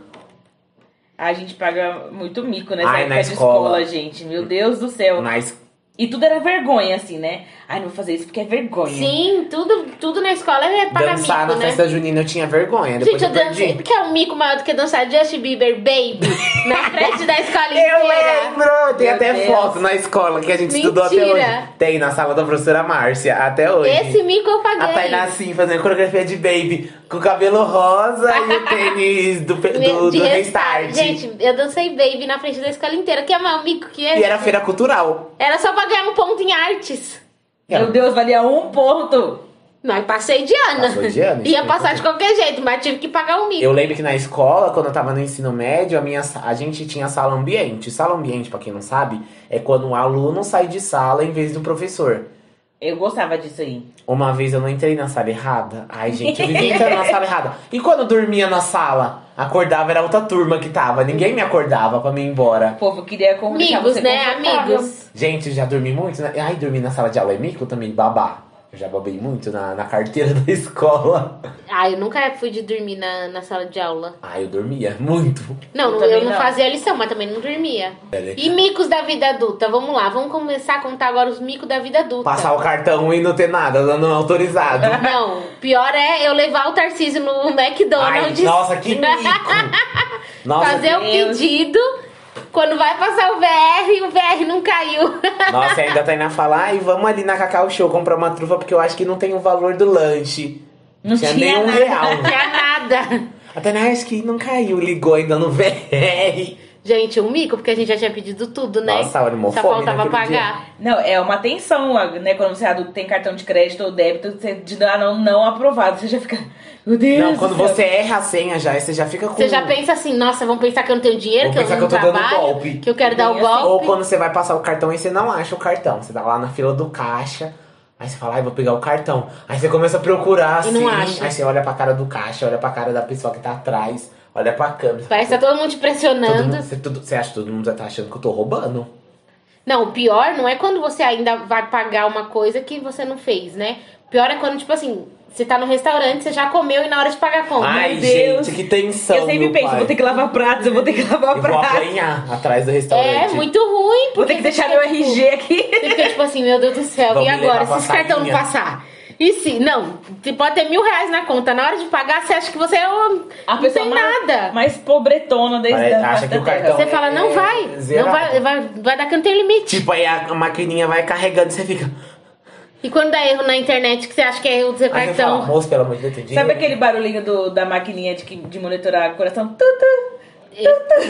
S3: A gente paga muito mico nessa
S2: Ai,
S3: época
S2: na
S3: de
S2: escola.
S3: escola, gente. Meu Deus do céu.
S2: Mas
S3: E tudo era vergonha, assim, né? Ai, não vou fazer isso porque é vergonha.
S1: Sim, tudo, tudo na escola é para
S2: dançar
S1: mico,
S2: na
S1: né?
S2: festa junina eu tinha vergonha. Depois
S1: Gente, eu
S2: eu perdi.
S1: dancei. Porque é um mico maior do que dançar Justin Bieber Baby na frente da escola
S2: Eu
S1: inteira.
S2: lembro! Tem
S3: Meu
S2: até
S3: Deus.
S2: foto na escola que a gente estudou até
S1: Mentira.
S2: hoje. Tem na sala da professora Márcia, até hoje.
S1: Esse é mico eu
S2: A
S1: paguei.
S2: Tainá assim, fazendo coreografia de baby, com o cabelo rosa e o tênis do, pe- do,
S1: De
S2: do
S1: restart.
S2: restart.
S1: Gente, eu dancei Baby na frente da escola inteira, que é mais mico que é.
S2: E era feira cultural.
S1: Era só pra ganhar um ponto em artes.
S3: Meu Deus, valia um ponto.
S1: Não, passei de ano.
S2: Passou de ano,
S1: Ia
S2: isso
S1: passar
S2: é
S1: de qualquer jeito, mas tive que pagar um mico.
S2: Eu lembro que na escola, quando eu tava no ensino médio, a, minha, sa- a gente tinha sala ambiente. Sala ambiente, pra quem não sabe, é quando o aluno sai de sala em vez do professor.
S3: Eu gostava disso aí.
S2: Uma vez eu não entrei na sala errada. Ai, gente, eu vivia entrando na sala errada. E quando eu dormia na sala, acordava, era outra turma que tava. Ninguém me acordava pra mim ir embora.
S3: O povo queria como deixar
S1: Amigos,
S3: você
S1: né?
S3: confortável.
S1: Amigos.
S2: Gente, eu já dormi muito. Né? Ai, dormi na sala de aula é mico também, babá. Eu já babei muito na, na carteira da escola.
S1: Ah, eu nunca fui de dormir na, na sala de aula.
S2: Ai, eu dormia muito.
S1: Não,
S3: Eu
S1: não- eu,
S3: também
S1: não,
S3: não.
S1: fazia lição, mas também não dormia. E micos da vida adulta, vamos lá, vamos começar a contar agora os micos da vida adulta.
S2: Passar o cartão e não ter nada, não autorizado.
S1: Não, pior é eu levar o Tarcísio no
S2: Ai,
S1: McDonald's,
S2: nossa, que mico! Nossa,
S1: fazer o
S3: Deus.
S1: pedido Quando vai passar o VR, o VR não caiu.
S2: Nossa, e ainda a Tainá fala, ai, vamos ali na Cacau Show comprar uma trufa, porque eu acho que não tem o valor do lanche.
S3: Não tinha
S2: nem um
S3: nada.
S2: real.
S1: Não tinha nada.
S2: A Tainá acho que não caiu, ligou ainda no VR.
S1: Gente, um mico, porque a gente já tinha pedido tudo, né?
S2: Nossa, olha, mó
S1: Só
S2: fome
S1: faltava
S2: naquele
S1: pagar.
S3: Não, é uma tensão, né? Quando você é adulto, tem cartão de crédito ou débito, você de dar não, não aprovado. Você já fica. Meu Deus!
S2: Não,
S3: do
S2: quando
S3: céu."
S2: você é erra a senha já, aí você já fica com... um.
S1: Você já pensa assim, nossa, vão pensar que eu não tenho dinheiro,
S2: Vão
S1: que eu
S2: pensar
S1: não
S2: que eu tô dando
S1: trabalho,
S2: golpe.
S1: que eu quero dar o
S3: Bem assim.
S1: golpe.
S2: Ou quando você vai passar o cartão e você não acha o cartão. Você tá lá na fila do caixa, aí você fala, ai, vou pegar o cartão. Aí você começa a procurar,
S1: E
S2: assim.
S1: não acha.
S2: Aí você olha pra cara do caixa, olha pra cara da pessoa que tá atrás, olha pra câmera.
S1: Parece que tá todo mundo te
S2: Todo mundo-
S1: pressionando.
S2: você, tudo- você acha que todo mundo já tá achando que eu tô roubando?
S1: Não, o pior não é quando você ainda vai pagar uma coisa que você não fez, né? O pior é quando, tipo assim, você tá no restaurante, você já comeu e na hora de pagar a conta.
S2: Ai,
S3: Deus.
S2: gente, que tensão.
S3: Eu sempre
S2: meu
S3: penso,
S2: pai.
S3: vou ter que lavar pratos, eu vou ter que lavar
S2: Eu vou
S3: pratos.
S2: apanhar atrás do
S1: é
S2: restaurante.
S1: muito ruim, porque
S3: Vou ter que deixar
S1: você
S3: meu
S1: fica, tipo,
S3: RG aqui.
S1: Você fica tipo assim, meu Deus do céu,
S2: Vão
S1: e
S2: me
S1: agora?
S2: levar
S1: Se
S2: pra
S1: esse cartão não
S2: salinha.
S1: passar? E se, não, você pode ter mil reais na conta. Na hora de pagar, você acha que você é um,
S3: A
S1: não
S3: pessoa
S1: tem
S3: mais-
S1: nada.
S3: Mais pobretona desde
S2: Parece-
S3: a face
S2: acha que
S3: da
S2: o
S3: terra.
S2: cartão-
S1: Você fala, não
S2: É,
S1: vai, não
S2: zerado.
S1: vai, vai, vai dar que não tem limite.
S2: Tipo, aí a maquininha vai carregando e você fica.
S1: E quando dá erro na internet, que você acha que é erro do seu
S2: Aí você fala,
S1: cartão,
S2: moço, pelo amor de Deus, tem é dinheiro.
S3: Sabe aquele barulhinho do- da maquininha de, que- de monitorar o coração? Tutu.
S1: é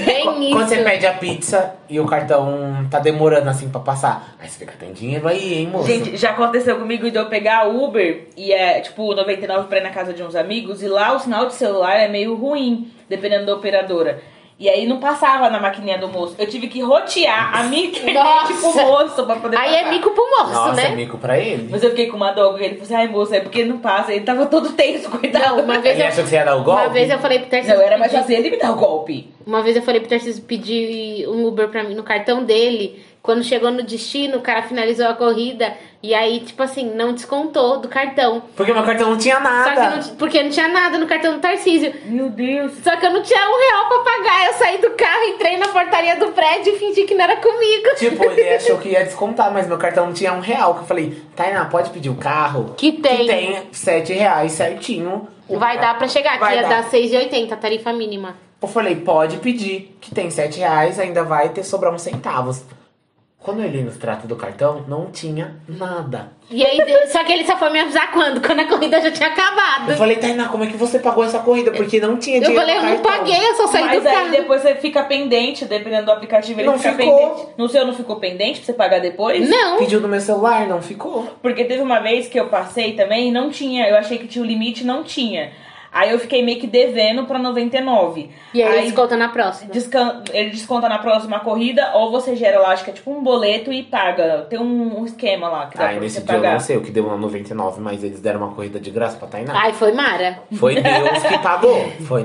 S1: bem
S2: Qu- Quando
S1: isso.
S2: você pede a pizza e o cartão tá demorando assim pra passar. Aí você fica, tem dinheiro aí, hein, moço?
S3: Gente, já aconteceu comigo de eu pegar Uber e é tipo 99 pra ir na casa de uns amigos e lá o sinal de celular é meio ruim, dependendo da operadora. E aí não passava na maquininha do moço. Eu tive que rotear a minha internet pro
S1: Nossa.
S3: moço pra poder
S1: Aí é
S3: passar.
S1: mico pro moço,
S2: Nossa, é
S1: né?
S2: mico pra ele.
S3: Mas eu fiquei com uma dó com ele. Falei assim, ai moço, é porque não passa. Ele tava todo tenso, coitado.
S1: Não, uma vez
S2: Ele
S1: eu,
S2: achou que você ia dar o golpe?
S1: uma vez eu falei pro
S3: Não,
S1: Tarcísio
S3: era mais
S1: pedir-
S3: fácil ele me dar o golpe.
S1: uma vez eu falei pro Tarcísio pedir um Uber pra mim no cartão dele. Quando chegou no destino, o cara finalizou a corrida e aí, tipo assim, não descontou do cartão.
S2: Porque meu cartão não tinha
S1: Só que não
S2: nada.
S1: ti- porque não tinha nada no cartão do Tarcísio.
S3: Meu Deus.
S1: Só que eu não tinha um real pra pagar. Eu saí do carro, entrei na portaria do prédio e fingi que não era comigo.
S2: Tipo, ele achou que ia descontar, mas meu cartão não tinha um real. Que eu falei, Tainá, pode pedir o carro?
S1: Que tem.
S2: Que tem sete reais certinho.
S1: Vai dar pra chegar, que
S2: Vai
S1: ia dar
S2: dar.
S1: 6,80 a tarifa mínima.
S2: Eu falei, pode pedir, que tem sete reais, ainda vai ter sobrar uns centavos. Quando eu li no extrato do cartão, não tinha nada.
S1: E aí, de- só que ele só foi me avisar quando? Quando a corrida já tinha acabado.
S2: Eu falei, Tainá, como é que você pagou essa corrida? Porque não tinha
S1: Eu
S2: dinheiro
S1: falei, eu
S2: no
S1: não
S2: cartão.
S1: paguei, eu só saí
S3: Mas
S1: do
S3: aí
S1: carro.
S3: depois você fica pendente, dependendo do aplicativo, ele
S2: Não
S3: fica
S2: ficou.
S3: pendente. No seu não ficou pendente pra você pagar depois?
S1: Não,
S2: Pediu no meu celular, não ficou.
S3: Porque teve uma vez que eu passei também e não tinha. Eu achei que tinha o limite e não tinha. Aí eu fiquei meio que devendo pra 99.
S1: e aí, escolta na próxima.
S3: descan- ele desconta na próxima corrida ou você gera lá, acho que é tipo um boleto e paga. Tem um, um esquema lá que dá
S2: Aí
S3: pra você
S2: Ah, nesse dia eu
S3: pagar.
S2: não sei o que deu na 99, mas eles deram uma corrida de graça pra Tainá.
S1: Ai, foi Mara.
S2: Foi Deus que pagou. Foi.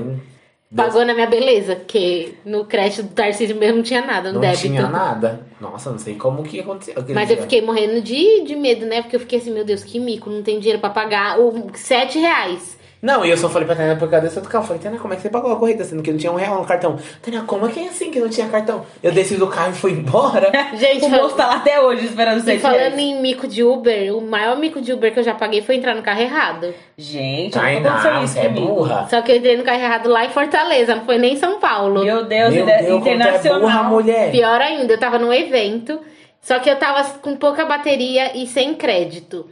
S2: Deus.
S1: Pagou na minha beleza, porque no crédito do Tarcísio mesmo não tinha nada, no
S2: Não
S1: débito.
S2: tinha nada. Nossa, não sei como que aconteceu. aquele
S1: Mas eu
S2: dia.
S1: fiquei morrendo de, de medo, né? Porque eu fiquei assim, meu Deus, que mico, não tem dinheiro pra pagar. Ou 7 reais.
S2: Não, e eu só falei pra Tainá por causa desse outro carro. Eu falei, Tainá, como é que você pagou a corrida? Sendo que não tinha um real no cartão. Tainá, como é que é assim que não tinha cartão? Eu desci do carro e fui embora.
S1: Gente,
S3: o
S1: fal-
S3: moço tá lá até hoje esperando
S1: e
S3: você.
S1: falando em mico de Uber, o maior mico de Uber que eu já paguei foi entrar no carro errado.
S3: Gente, nunca aconteceu
S2: Tainá,
S3: isso
S2: você é
S3: comigo.
S2: burra.
S1: Só que eu entrei no carro errado lá em Fortaleza, não foi nem em São Paulo.
S3: Meu Deus,
S2: Meu
S3: ele é
S2: Deus, como tu é burra,
S3: internacional.
S2: mulher.
S1: Pior ainda, eu tava num evento, só que eu tava com pouca bateria e sem crédito.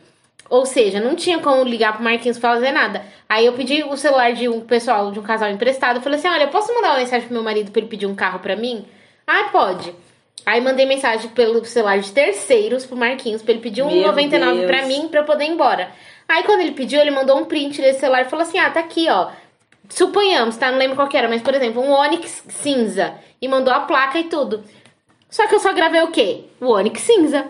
S1: Ou seja, não tinha como ligar pro Marquinhos pra fazer nada. Aí eu pedi o celular de um pessoal, de um casal emprestado. Eu falei assim: olha, eu posso mandar uma mensagem pro meu marido pra ele pedir um carro pra mim? Ah, pode. Aí mandei mensagem pelo celular de terceiros pro Marquinhos pra ele pedir um
S3: Meu
S1: 99
S3: Deus.
S1: pra mim pra eu poder ir embora. Aí quando ele pediu, ele mandou um print desse celular e falou assim: ah, tá aqui, ó. Suponhamos, tá? Não lembro qual que era, mas por exemplo, um Onix cinza. E mandou a placa e tudo. Só que eu só gravei o quê? O Onix cinza.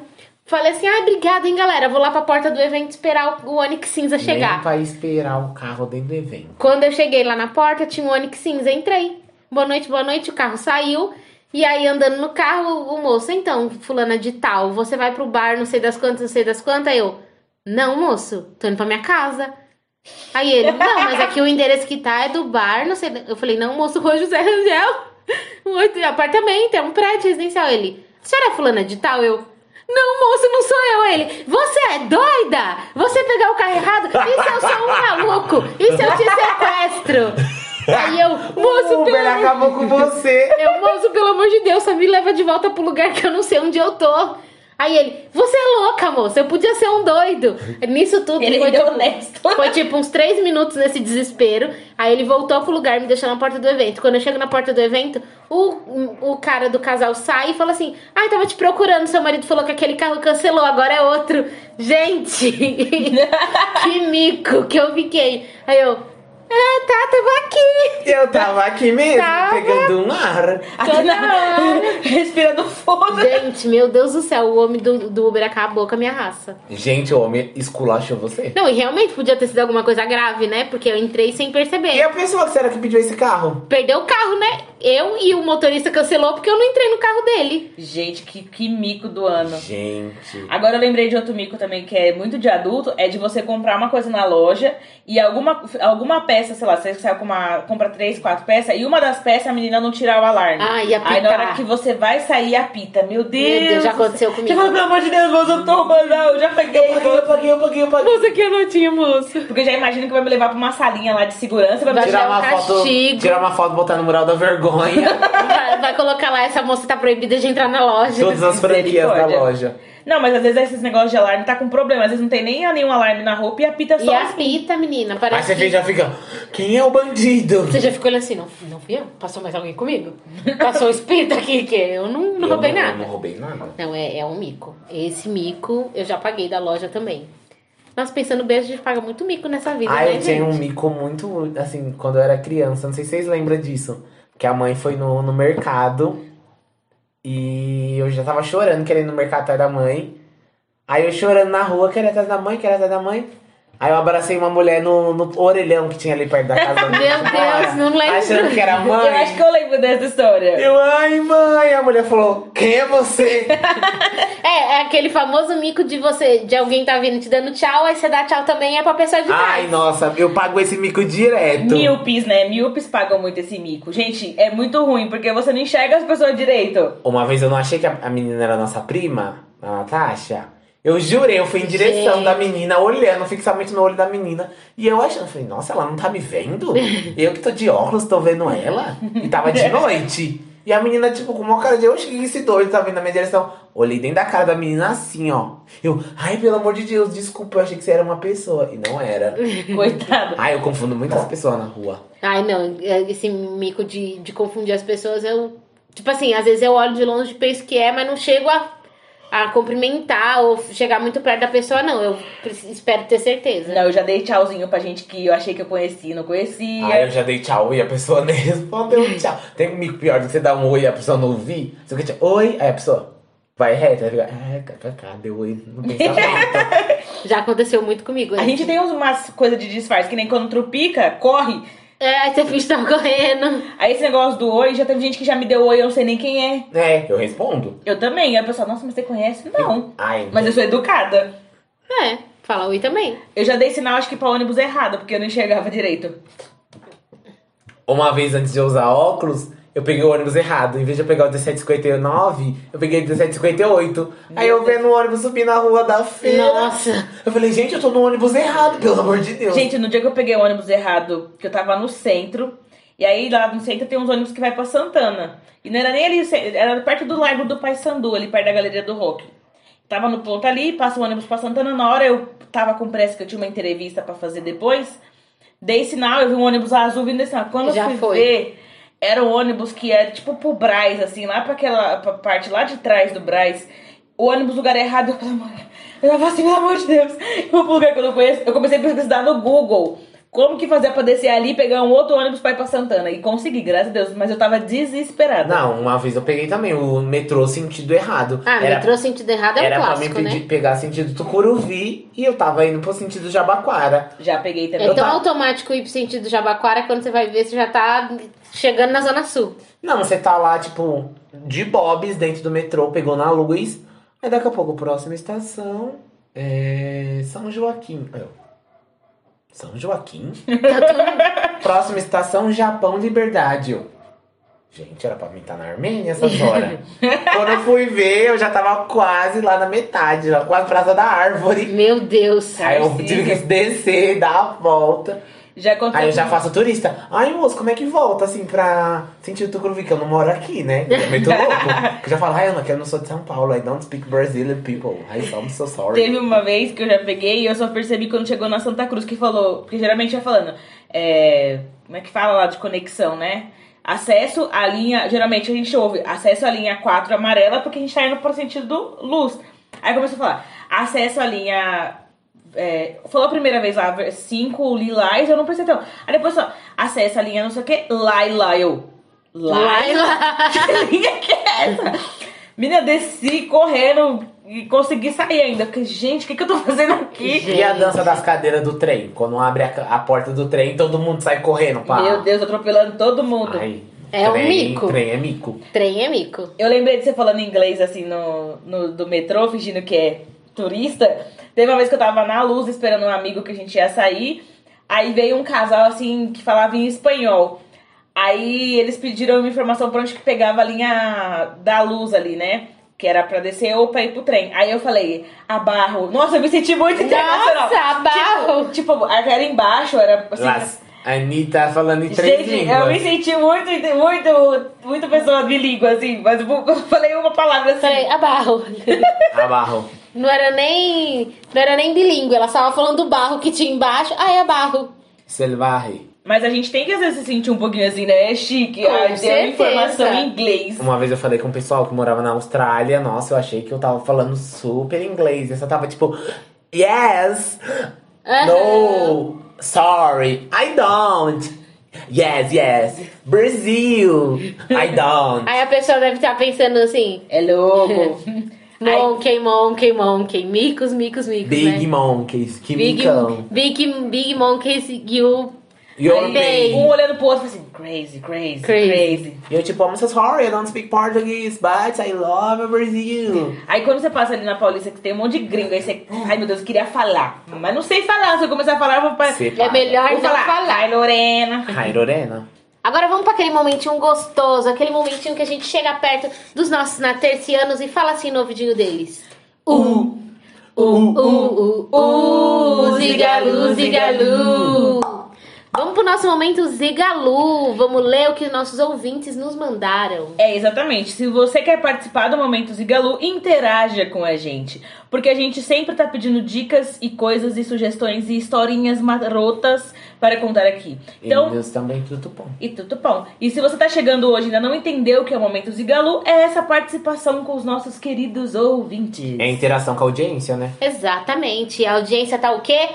S1: Falei assim, ah, obrigada, hein, galera. Vou lá pra porta do evento esperar o Onix cinza
S2: Nem
S1: é chegar.
S2: pra esperar o carro dentro do evento.
S1: Quando eu cheguei lá na porta, tinha um Onix cinza, entrei. Boa noite, boa noite, o carro saiu. E aí, andando no carro, o moço, então, fulana de tal, você vai pro bar, não sei das quantas, não sei das quantas. Aí Eu, não, moço, tô indo pra minha casa. Aí ele, não, mas aqui o endereço que tá é do bar, não sei. da-". Eu falei, não, moço, rua José Rangel. Um outro apartamento, é um prédio residencial. Ele, a senhora é fulana de tal? Eu, não, moço, não sou eu. Ele, você é doida? Você pegar o carro errado? E se eu sou um maluco? E se eu te sequestro? Aí eu, moço,
S2: o Uber
S1: pelo amor
S2: acabou com você.
S1: Eu, moço, pelo amor de Deus, só me leva de volta pro lugar que eu não sei onde eu tô. Aí ele, você é louca, moça, eu podia ser um doido. Nisso tudo,
S3: Ele
S1: foi,
S3: ainda é
S1: tipo,
S3: honesto.
S1: foi tipo uns três minutos nesse desespero. Aí ele voltou pro lugar, me deixou na porta do evento. Quando eu chego na porta do evento, o, o cara do casal sai e fala assim: Ai, tava te procurando, seu marido falou que aquele carro cancelou, agora é outro. Gente, que mico que eu fiquei. Aí eu, ah, tá, tava aqui.
S2: Eu tava aqui mesmo,
S1: Tava.
S2: pegando um ar.
S3: Aqui na... Respirando foda.
S1: Gente, meu Deus do céu, o homem do, do Uber acabou com a minha raça.
S2: Gente, o homem esculachou você.
S1: Não, e realmente podia ter sido alguma coisa grave, né? Porque eu entrei sem
S2: E
S1: perceber.
S2: a pessoa que será que pediu esse carro?
S1: Perdeu o carro, né? Eu e o motorista cancelou porque eu não entrei no carro dele.
S3: Gente, que, que mico do ano.
S2: Gente.
S3: Agora eu lembrei de outro mico também que é muito de adulto, é de você comprar uma coisa na loja e alguma, alguma peça, sei lá, você sai com uma, compra três, quatro peças e uma das peças a menina não tirar o alarme.
S1: Ah, e
S3: Aí na hora
S1: apitar.
S3: que você vai sair, apita. Meu Deus!
S1: Meu Deus, já aconteceu comigo.
S3: Já falou, pelo amor de Deus, moço, eu tô roubando, não, eu já peguei.
S2: Eu paguei, eu paguei, eu paguei, eu paguei.
S1: Moça, que eu não tinha, moço.
S3: Porque eu já imagino que vai me levar pra uma salinha lá de segurança e vai me
S1: Vai
S3: tirar.
S1: dar
S2: Tirar
S1: um
S2: uma foto,
S1: castigo.
S2: tirar uma foto, botar no mural da vergonha.
S1: Vai, vai colocar lá, essa moça tá proibida de entrar na loja.
S2: Todas as franquias da
S3: Misericórdia.
S2: loja.
S3: um- Não, mas às vezes esses negócios de alarme tá com problema. Às vezes não tem nem nenhum alarme na roupa e apita
S1: E
S3: só
S1: a
S3: assim.
S1: pita, menina,
S2: Aí
S1: parece
S2: você
S1: que...
S2: já fica, quem é o bandido?
S1: Você já ficou olhando assim, não, não fui eu? Passou mais alguém comigo? Passou um espírito aqui, que eu não, não
S2: Eu
S1: roubei
S2: Eu
S1: nada.
S2: não roubei nada.
S1: Não, é, é um mico. Esse mico eu já paguei da loja também. Nós pensando bem, a gente paga muito mico nessa vida,
S2: Ah,
S1: né,
S2: eu tinha um
S1: gente?
S2: mico muito, assim, quando eu era criança. Não sei se vocês lembram disso. Que a mãe foi no, no mercado e eu já tava chorando, querendo ir no mercado atrás da mãe. Aí eu chorando na rua, querendo atrás da mãe, querendo atrás da mãe. Aí eu abracei uma mulher no, no orelhão que tinha ali perto da casa.
S1: Meu Deus, não lembro.
S2: Achando que era a mãe.
S3: Eu acho que eu lembro dessa história.
S2: Eu, ai mãe, a mulher falou, quem é você?
S1: É, é aquele famoso mico de você, de alguém tá vindo te dando tchau, aí você dá tchau também, é pra pessoa de
S2: ai,
S1: trás.
S2: nossa, eu pago esse mico direto.
S3: Míopes, né? Míopes pagam muito esse mico. Gente, é muito ruim, porque você não enxerga as pessoas direito.
S2: Uma vez eu não achei que a a menina era nossa prima, a Natasha. Eu jurei, eu fui em direção
S1: Gente.
S2: da menina, olhando fixamente no olho da menina. E eu achando, falei, nossa, ela não tá me vendo? eu que tô de óculos, tô vendo ela. E tava de noite. E a menina, tipo, com uma cara de, oxe, que esse doido tá vindo na minha direção. Olhei dentro da cara da menina assim, ó. Eu, ai, pelo amor de Deus, desculpa, eu achei que você era uma pessoa. E não era.
S3: Coitado.
S2: ai, eu confundo muitas pessoas na rua.
S1: Ai, não, é esse mico de, de confundir as pessoas, eu. Tipo assim, às vezes eu olho de longe e penso que é, mas não chego a, a cumprimentar ou chegar muito perto da pessoa, não. Eu preci- espero ter certeza.
S3: Não, eu já dei tchauzinho pra gente que eu achei que eu conhecia e não conhecia.
S1: é-
S2: Ah, eu já dei tchau e a pessoa nem respondeu tchau. Tem um mico pior do que você dar um oi e a pessoa não ouvir. Você fica tipo, oi, aí a pessoa vai reta, aí fica, ah, kkk, deu oi no pensamento.
S1: Já aconteceu muito comigo.
S3: A
S1: né?
S3: gente tem umas coisas de disfarce, que nem quando trupica, corre.
S1: É, aí você finge que tá correndo.
S3: Aí esse negócio do oi, já teve gente que já me deu oi, eu não sei nem quem é.
S2: é, eu respondo.
S3: Eu também. Aí a pessoa, nossa, mas você conhece? Não.
S2: Ai,
S3: Mas eu sou educada.
S1: É, fala oi também.
S3: Eu já dei sinal, acho que pra ônibus errado, porque eu não enxergava direito.
S2: Uma vez antes de eu usar óculos, eu peguei o ônibus errado. Em vez de eu pegar o 1759, eu peguei o 1758. Aí eu vendo o ônibus subir na rua da feira.
S1: Nossa.
S2: Eu falei, gente, eu tô no ônibus errado, pelo amor de Deus.
S3: Gente, no dia que eu peguei o ônibus errado, que eu tava no centro, e aí lá no centro tem uns ônibus que vai pra Santana. E não era nem ali, o ce- era perto do Largo do Paissandu, ali perto da Galeria do Rock. Tava no ponto ali, passa o ônibus pra Santana. Na hora eu tava com pressa que eu tinha uma entrevista pra fazer depois. Dei sinal, eu vi um ônibus azul vindo desse sinal. Quando
S1: Já
S3: eu fui
S1: foi.
S3: ver, era um ônibus que era tipo pro Braz, assim, lá pra aquela pra parte lá de trás do Braz. O ônibus, lugar errado, eu, pelo amor, eu tava assim, pelo amor de Deus, eu vou pro lugar que eu não conheço. Eu comecei a pesquisar no Google como que fazer pra descer ali e pegar um outro ônibus pra ir pra Santana. E consegui, graças a Deus, mas eu tava desesperada.
S2: Não, uma vez eu peguei também o metrô sentido errado.
S1: Ah,
S2: Era
S1: metrô sentido errado é um
S2: Era
S1: clássico,
S2: pra mim pedir-
S1: né?
S2: pegar sentido Tucuruvi e eu tava indo pro sentido Jabaquara.
S3: Já peguei também.
S1: É
S2: Eu
S1: tão
S2: tava-
S1: automático ir pro sentido Jabaquara que quando você vai ver, você já tá chegando na Zona Sul.
S2: Não, você tá lá, tipo, de bobs dentro do metrô, pegou na luz. Aí daqui a pouco, próxima estação é São Joaquim. Eu, São Joaquim?
S1: Tá
S2: próxima estação Japão Liberdade. Eu, Gente, era pra mim estar na Armênia essas horas. Quando eu fui ver, eu já tava quase lá na metade, lá, quase Praça da Árvore.
S1: Meu Deus.
S2: Aí eu tive que descer, dar a volta.
S3: Já aconteceu.
S2: Aí eu já
S3: com-
S2: faço turista. Ai, moço, como é que volta, assim, pra sentir o Tucuruvi? Que eu não moro aqui, né? Eu meio tô louco. Eu já falo, ai, Ana, que eu não sou de São Paulo. I don't speak Brazilian people. I am so sorry.
S3: Teve uma vez que eu já peguei e eu só percebi quando chegou na Santa Cruz que falou. Porque geralmente ia falando. é, como é que fala lá de conexão, né? Acesso à linha. Geralmente a gente ouve acesso à linha 4 amarela porque a gente tá indo pro sentido do luz. Aí começou a falar. Acesso à linha. é, falou a primeira vez lá, 5 lilás, eu não prestei atenção. Aí depois só, acesso à linha não sei o que, lá e lá, eu. Lá e
S1: Laila.
S3: que linha que é essa? Menina, desci correndo e consegui sair ainda. Fiquei, gente, o que, que eu tô fazendo aqui?
S2: E a dança das cadeiras do trem? Quando abre a, ca- a porta do trem, todo mundo sai correndo, pá.
S3: Meu Deus, atropelando todo mundo.
S2: Ai,
S1: É um
S2: trem,
S1: mico.
S2: Trem é mico.
S1: Trem é mico.
S3: Eu lembrei de você falando inglês assim no, no- do metrô, fingindo que é turista. Teve uma vez que eu tava na luz esperando um amigo que a gente ia sair. Aí veio um casal assim que falava em espanhol. Aí eles pediram uma informação pra onde que pegava a linha da luz ali, né? Que era pra descer ou pra ir pro trem. Aí eu falei, abarro. Nossa, eu me senti muito internacional.
S1: Nossa, abarro.
S3: Tipo, tipo, era embaixo, era assim.
S2: Las, a Anitta falando em três
S3: Gente, é um eu me
S2: línguas.
S3: senti muito, muito, muito pessoa bilíngue, assim, mas eu vou- eu falei uma palavra assim.
S1: Falei, a barro.
S2: Abarro.
S1: Não era nem. Não era nem bilíngue, ela só tava falando do barro que tinha embaixo. Ah, é barro.
S2: Selvarre.
S3: Mas a gente tem que às vezes se sentir um pouquinho assim, né? É chique.
S1: Com
S3: ah, deu
S1: certeza.
S3: informação em inglês.
S2: Uma vez eu falei com um pessoal que morava na Austrália, nossa, eu achei que eu tava falando super inglês. Eu só tava tipo, yes, no, sorry, I don't. Yes, yes, Brasil, I don't.
S1: Aí a pessoa deve estar pensando assim:
S3: É louco.
S1: monkey, monkey, monkey. Micos, micos, micos.
S2: Big
S1: né?
S2: monkeys, que
S1: Big,
S2: micão.
S1: big, big monkeys, you.
S2: Your
S1: Aí,
S2: name.
S3: um olhando pro outro e assim, crazy, crazy,
S1: Crazy.
S3: crazy.
S2: E eu tipo, I'm so sorry, I don't speak Portuguese, but I love Brazil.
S3: Aí quando você passa ali na Paulista, que tem um monte de gringo, aí você, ai meu Deus, eu queria falar. Mas não sei falar, se eu começar a falar, eu vou parar.
S2: Você
S1: É
S2: para.
S1: melhor
S3: Vou
S1: não
S3: falar,
S1: falar.
S3: ai Lorena.
S2: Ai, Lorena.
S1: Agora vamos para aquele momentinho gostoso, aquele momentinho que a gente chega perto dos nossos natercianos e fala assim no ouvidinho deles.
S2: U, U,
S1: Uh, uh, uh, zigalu, zigalu. Vamos pro nosso momento zigalu. Vamos ler o que nossos ouvintes nos mandaram.
S3: É, exatamente. Se você quer participar do Momento Zigalu, interaja com a gente. Porque a gente sempre tá pedindo dicas e coisas e sugestões e historinhas marotas para contar aqui.
S2: Então,
S3: Então,
S2: Deus também tudo bom.
S3: E tudo bom. E se você tá chegando hoje e ainda não entendeu o que é o Momento Zigalu, é essa participação com os nossos queridos ouvintes.
S2: É interação com a audiência, né?
S1: Exatamente. A audiência tá o quê?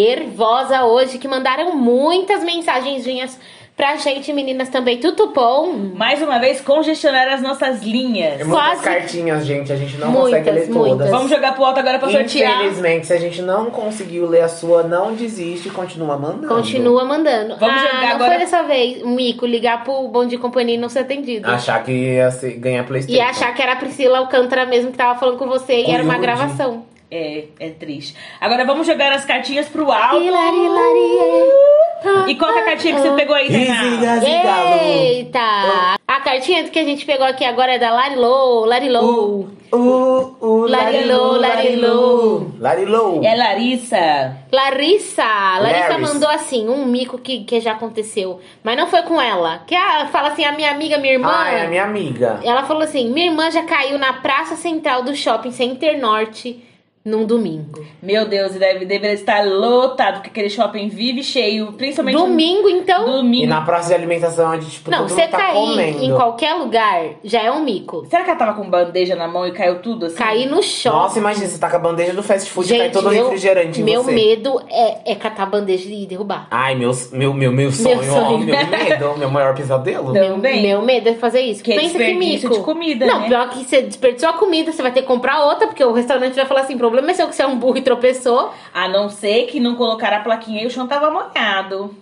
S1: Nervosa hoje, que mandaram muitas mensagenzinhas pra gente, meninas, também. Tudo bom?
S3: Mais uma vez, congestionar as nossas linhas.
S2: É muitas
S1: Quase-
S2: cartinhas, gente. A gente não
S1: Muitas,
S2: consegue ler
S1: muitas.
S2: todas.
S3: Vamos jogar pro alto agora pra sortear.
S2: Infelizmente, se a gente não conseguiu ler a sua, não desiste, continua mandando.
S1: Continua mandando.
S3: Vamos
S1: ah,
S3: jogar
S1: não
S3: agora-
S1: foi dessa vez, Mico, ligar pro bom de companhia e não ser atendido.
S2: Achar que ia se- ganhar Playstation.
S1: E achar que era a Priscila Alcântara mesmo que tava falando com você e era uma
S2: Coiude.
S1: gravação.
S3: É, é triste. Agora vamos jogar as cartinhas pro alto.
S1: Hilari, eh. lari,
S3: E qual que é a cartinha que você pegou aí, Renato?
S2: Ziga,
S1: ei.
S2: ziga, Oh.
S1: Eita! A cartinha que a gente pegou aqui agora é da Larilou, Larilou.
S2: lu. Uh, uh,
S1: Larilô,
S2: larilô. Larilô.
S3: É Larissa.
S1: Larissa! Larissa
S2: Laris.
S1: mandou assim, um mico que, que já aconteceu. Mas não foi com ela. Que ela fala assim, a minha amiga, minha irmã.
S2: Ah, é minha amiga.
S1: Ela falou assim: minha irmã já caiu na praça central do shopping Center Norte num domingo.
S3: Meu Deus, e deve, deveria estar lotado, porque aquele shopping vive cheio, principalmente no-
S1: Domingo, então?
S2: E
S3: domingo.
S2: na praça de alimentação, a gente, tipo,
S1: Não,
S2: todo
S1: você
S2: mundo tá
S1: cair
S2: comendo.
S1: em qualquer lugar já é um mico.
S3: Será que ela tava com bandeja na mão e caiu tudo assim?
S1: Cair no shopping.
S2: Nossa, imagina, você tá com a bandeja do fast food e cai todo
S1: meu,
S2: refrigerante em
S1: meu
S2: você.
S1: medo é, é catar a bandeja e derrubar.
S2: Ai, meu, meu, meu, meu sonho, ó,
S1: sonho.
S2: meu medo, meu maior pesadelo.
S3: Não. Também.
S1: Meu medo é fazer isso.
S3: Que é
S1: Pensa que
S3: desperdício
S1: mico.
S3: de comida,
S1: Não,
S3: né?
S1: pior que você desperdiçou a comida, você vai ter que comprar outra, porque o restaurante vai falar assim: problema é seu que você é um burro e tropeçou.
S3: A não ser que não colocaram a plaquinha e o chão tava molhado.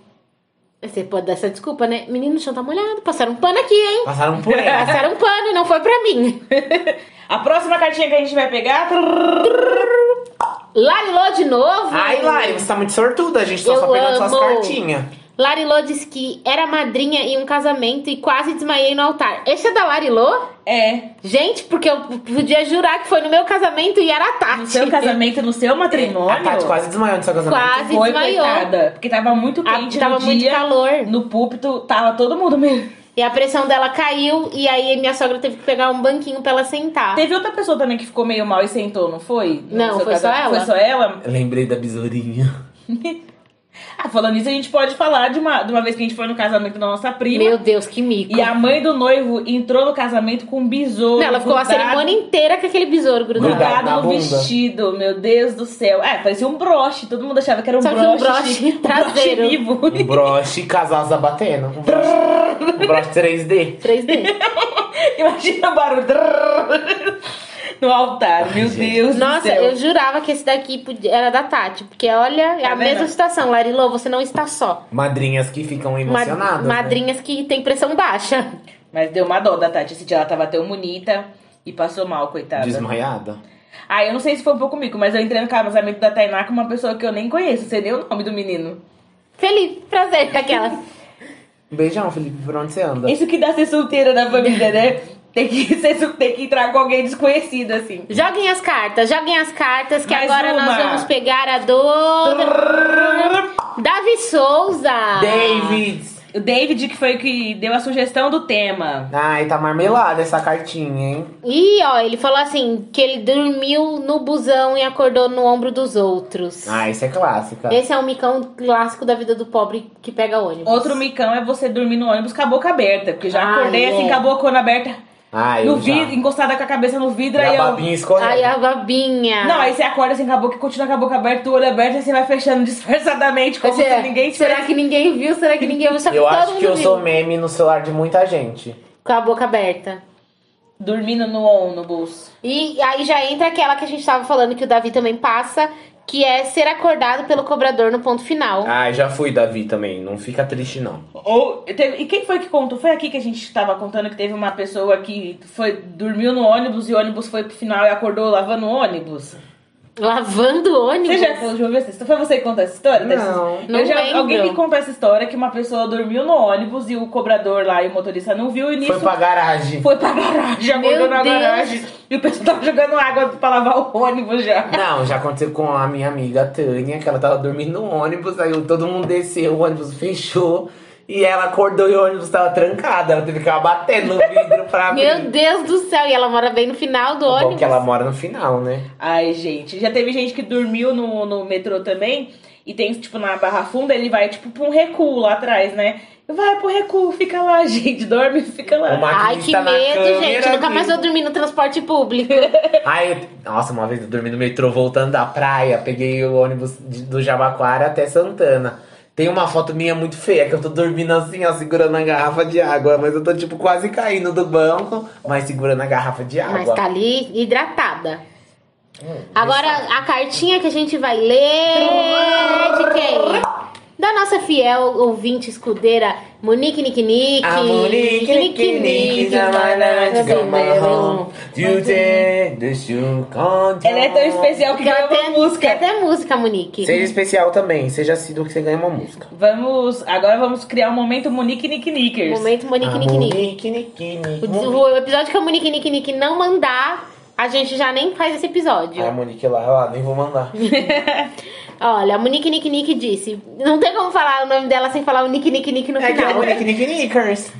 S1: Você pode dar essa desculpa, né? Menino, o chão tá molhado, passaram um pano aqui, hein?
S2: Passaram por
S3: É.
S2: ela.
S1: Passaram um pano e não foi pra mim.
S3: A próxima cartinha que a gente vai pegar.
S1: Larilô de novo.
S2: Ai, Lai, você tá muito sortuda, a gente tá
S1: Eu
S2: só pegando suas
S1: amo.
S2: cartinhas.
S1: Larilô diz que era madrinha em um casamento e quase desmaiei no altar. Esse é da Larilô?
S3: É.
S1: Gente, porque eu podia jurar que foi no meu casamento e era a Tati.
S3: No seu casamento, no seu matrimônio.
S2: A Tati quase desmaiou no seu casamento.
S1: Quase
S3: Foi,
S1: desmaiou.
S3: coitada. Porque tava muito
S1: Ah,
S3: quente
S1: tava
S3: no
S1: muito
S3: dia.
S1: calor.
S3: No púlpito, tava todo mundo meio...
S1: E a pressão dela caiu e aí minha sogra teve que pegar um banquinho pra ela sentar.
S3: Teve outra pessoa também que ficou meio mal e sentou, não foi? No
S1: Ah. Não,
S3: seu
S1: foi só
S3: casamento?
S1: ela.
S3: Foi só ela?
S2: Eu lembrei da besourinha.
S3: Ah, falando nisso, a gente pode falar de uma, de uma vez que a gente foi no casamento da nossa prima.
S1: Meu Deus, que mico.
S3: E a mãe do noivo entrou no casamento com um besouro.
S1: Não, ela ficou a
S3: grudado-
S1: cerimônia inteira com aquele besouro grudado.
S2: Grudado. na
S3: Grudado no
S2: bunda.
S3: vestido, meu Deus do céu. É, parecia um broche, todo mundo achava que era um
S1: Só que um
S3: broche.
S1: broche traseiro.
S3: vivo.
S2: Um broche e casal zabatendo. Um broche, um broche 3D.
S1: 3D.
S3: Imagina o barulho. Drrr. No altar, meu
S2: gente.
S3: Deus do
S1: Nossa,
S3: céu.
S1: eu jurava que esse daqui podia- era da Tati. Porque olha, é
S3: Tá
S1: a
S3: vendo?
S1: mesma situação. Larilô, você não está só.
S2: Madrinhas que ficam emocionadas. né?
S1: madrinhas que têm pressão baixa.
S3: Mas deu uma dó da Tati. Esse dia ela tava tão bonita e passou mal, coitada.
S2: Desmaiada.
S3: Ah, eu não sei se foi um pouco comigo, mas eu entrei no casamento da Tainá com uma pessoa que eu nem conheço. Sei nem o nome do menino.
S1: Feliz, prazer, aquela.
S2: Um beijão, Felipe, por onde você anda?
S3: Isso que dá ser solteira na família, né? Tem que, ser, sol- tem que entrar com alguém desconhecido, assim.
S1: Joguem as cartas, joguem as cartas, que
S3: Mais
S1: agora
S3: uma.
S1: nós vamos pegar a do. Davi Souza!
S2: Ah. David!
S3: O David, que foi o que deu a sugestão do tema.
S2: Ai, tá marmelada essa cartinha, hein?
S1: Ih, ó, ele falou assim: que ele dormiu no busão e acordou no ombro dos outros.
S2: Ah, isso é clássica.
S1: Esse é um micão clássico da vida do pobre que pega ônibus.
S3: Outro micão é você dormir no ônibus com a boca aberta. Porque já
S1: Ah,
S3: acordei
S1: é.
S3: assim, com a bocona aberta.
S2: Ah, eu
S3: no
S2: já.
S3: vidro, encostada com a cabeça no vidro.
S2: E a
S3: Aí eu...
S2: babinha escorrendo.
S1: Ai, a babinha.
S3: Não, aí você acorda assim com a boca e continua com a boca aberta, o olho aberto, e você vai fechando disfarçadamente, como
S1: Será-
S2: é.
S3: se ninguém tivesse.
S1: Será que ninguém viu? Será que ninguém viu? Só que
S2: Eu
S1: todo
S2: acho
S1: mundo
S2: que eu
S1: viu.
S2: sou meme no celular de muita gente.
S1: Com a boca aberta.
S3: Dormindo no ônibus.
S1: E aí já entra aquela que a gente tava falando que o Davi também passa, que é ser acordado pelo cobrador no ponto final.
S2: Ai, já fui, Davi, também. Não fica triste, não.
S3: Ou, teve- e quem foi que contou? Foi aqui que a gente tava contando que teve uma pessoa que foi, dormiu no ônibus e o ônibus foi pro final e acordou lavando o ônibus?
S1: Lavando o ônibus.
S3: Você já falou, já ouviu essa história? Foi você que contou essa história? dessa-
S2: Não.
S3: Eu
S1: Não
S3: já-
S1: lembro.
S3: alguém me contou essa história que uma pessoa dormiu no ônibus e o cobrador lá e o motorista não viu e nisso
S2: Foi pra garagem.
S3: foi pra garagem, acordou
S1: Meu
S3: na
S1: Deus.
S3: garagem e o pessoal tava jogando água pra lavar o ônibus já.
S2: Não, já aconteceu com a minha amiga Tânia, que ela tava dormindo no ônibus, aí todo mundo desceu, o ônibus fechou. E ela acordou e o ônibus tava trancado. Ela teve que ficar batendo no vidro pra abrir.
S1: Meu Deus do céu, e ela mora bem no final do
S2: Bom
S1: ônibus.
S2: que ela mora no final, né?
S3: Ai, gente, já teve gente que dormiu no, no metrô também. E tem, tipo, na Barra Funda, ele vai, tipo, pra um recuo lá atrás, né? Vai pro recuo, fica lá, gente, dorme, fica lá.
S2: Uma-
S1: Ai, que
S2: Tá na
S1: medo,
S2: câmera,
S1: gente. Nunca mais
S2: viu?
S1: vou dormir no transporte público.
S2: Aí, eu- nossa, uma vez eu dormi no metrô voltando da praia, peguei o ônibus de- do Jabaquara até Santana. Tem uma foto minha muito feia, que eu tô dormindo assim, ó, segurando a garrafa de água. Mas eu tô, tipo, quase caindo do banco, mas segurando a garrafa de água.
S1: Mas tá ali hidratada. Agora, a cartinha que a gente vai ler é de quem? Da nossa fiel ouvinte escudeira, Monique Nick Nick.
S2: A Monique, Nick, Nick, Zamana, de Gamarrão, You did the shoe country.
S3: Ela é tão especial que
S1: Porque ela
S3: ganhou
S1: tem
S3: uma música.
S1: música. até música, Monique.
S2: Seja especial também, seja assíduo que você ganha uma música.
S3: Vamos, agora vamos criar um momento Monique Nick Nickers.
S1: Momento Monique
S2: A
S1: Nick Nick.
S2: Monique, Nick,
S1: O,
S2: Nick.
S1: des- o episódio que a Monique Nick Nick não mandar, a gente já nem faz esse episódio.
S2: Ai, a Monique lá, ó, nem vou mandar.
S1: Olha, a Monique Nick Nick disse. Não tem como falar o nome dela sem falar o Nick Nick Nick no
S2: É que é a
S1: final. né?
S2: Monique, Nick, Nickers.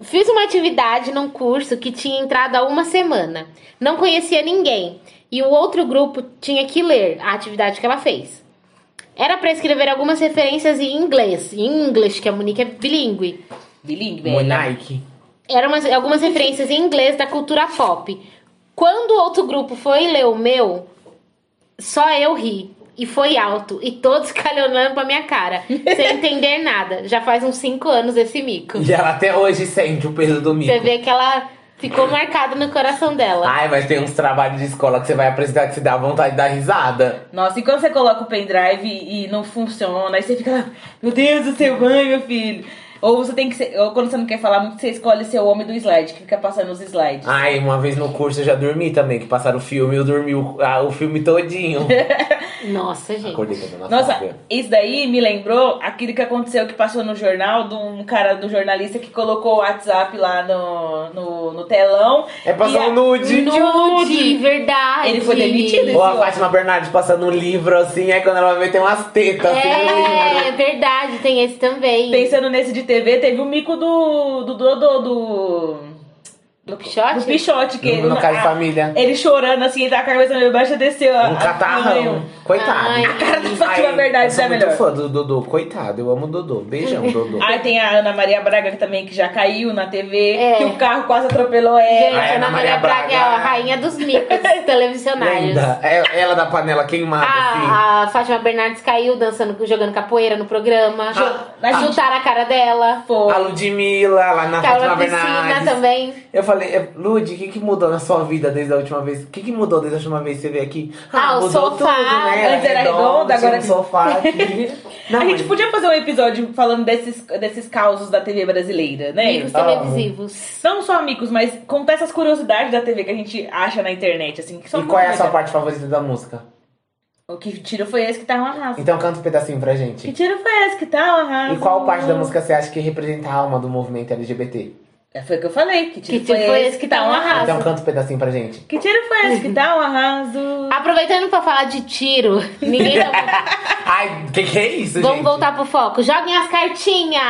S1: Fiz uma atividade num curso que tinha entrado há uma semana. Não conhecia ninguém. E o outro grupo tinha que ler a atividade que ela fez. Era pra escrever algumas referências em inglês. Em inglês, que a Monique é bilíngue. É.
S3: Bilingue, velho.
S2: Monique.
S1: Eram umas- algumas referências em inglês da cultura pop. Quando o outro grupo foi ler o meu, só eu ri. E foi alto. E todos calhonando pra minha cara. sem entender nada. Já faz uns 5 anos esse mico.
S2: E ela até hoje sente o peso do
S1: é? Você
S2: mico.
S1: vê que ela ficou marcada no coração dela.
S2: Ai, mas tem uns trabalhos de escola que você vai apresentar que você dá vontade de dar risada.
S3: Nossa, e quando você coloca o pendrive e não funciona, aí você fica lá, meu Deus do céu, mãe, meu filho. Ou você tem que ser. Ou quando você não quer falar muito, você escolhe ser o homem do slide, que fica passando os slides.
S2: Ai, uma vez no curso eu já dormi também, que passaram o filme, eu dormi o, ah, o filme todinho.
S1: Nossa, gente.
S2: Acordei com a dona
S3: Nossa,
S2: Flávia.
S3: isso daí me lembrou aquilo que aconteceu que passou no jornal de um cara do jornalista que colocou o WhatsApp lá no, no, no telão.
S2: É
S3: E
S2: passar
S3: a-
S2: um nude.
S1: Nude, verdade.
S3: Ele foi demitido.
S2: Ou a Fátima Bernardes passando um livro assim, aí quando ela vai ver tem umas tetas assim no livro.
S1: É, é verdade, tem esse também.
S3: Pensando nesse de TV, teve o mico do. do. do. do. do,
S1: Do Pichote?
S3: do Pichote, que
S2: No, no caso de
S3: a-
S2: família.
S3: ele chorando assim, ele tá com a cabeça meio baixa, desceu. a-
S2: Um
S3: a-
S2: catarrão. Coitado.
S1: É. Ai, A cara
S3: do Fátima Bernardes
S2: eu sou
S3: é melhor.
S2: muito fã do Dodô, coitado. Eu amo o Dodô. Beijão, Dodô.
S3: Aí tem a Ana Maria Braga que também, que já caiu na TV,
S1: É.
S3: que o carro quase atropelou
S1: Gente,
S3: ela.
S2: Ah, é,
S1: Ana
S2: Ana
S1: Maria
S2: Maria
S1: Braga é a
S2: Braga.
S1: rainha dos micos televisionários.
S2: Linda. É- Ela da panela queimada,
S1: Ah,
S2: assim.
S1: A, a Fátima Bernardes caiu dançando, jogando capoeira no programa.
S2: Ah,
S1: Ah, Chutaram a cara dela.
S3: Foi.
S2: A Ludmilla, lá na
S1: Caiu na
S2: Fátima
S1: piscina
S2: Bernardes.
S1: também.
S2: Eu falei, é, Lud, o que, que mudou na sua vida desde a última vez? O que, que mudou desde a última vez que você veio aqui?
S1: Ah, o sofá.
S2: Era
S3: Antes era redondo,
S2: né? tinha
S3: agora-
S2: um sofá aqui. Não,
S3: a gente
S2: mas-
S3: podia fazer um episódio falando desses, desses causos da TV brasileira, né?
S1: Micos televisivos.
S3: Não só amigos, mas contar essas curiosidades da TV que a gente acha na internet, assim. Que são
S2: E qual é a sua
S3: doidas.
S2: parte favorita da música?
S3: O que tiro foi esse que tá um arraso.
S2: Então canta um pedacinho pra gente.
S3: Que tiro foi esse que tá um arraso?
S2: E qual parte da música você acha que representa a alma do movimento LGBT?
S3: É, foi o que eu falei. Que tiro,
S1: Que tiro
S3: foi esse que tá um
S1: Ah,
S3: arraso?
S2: Então canta um pedacinho pra gente.
S3: Que tiro foi esse que tá um arraso?
S1: Aproveitando pra falar de tiro, ninguém tá...
S2: Ai, que que é isso,
S1: Vamos
S2: gente?
S1: voltar pro foco. Joguem as cartinhas.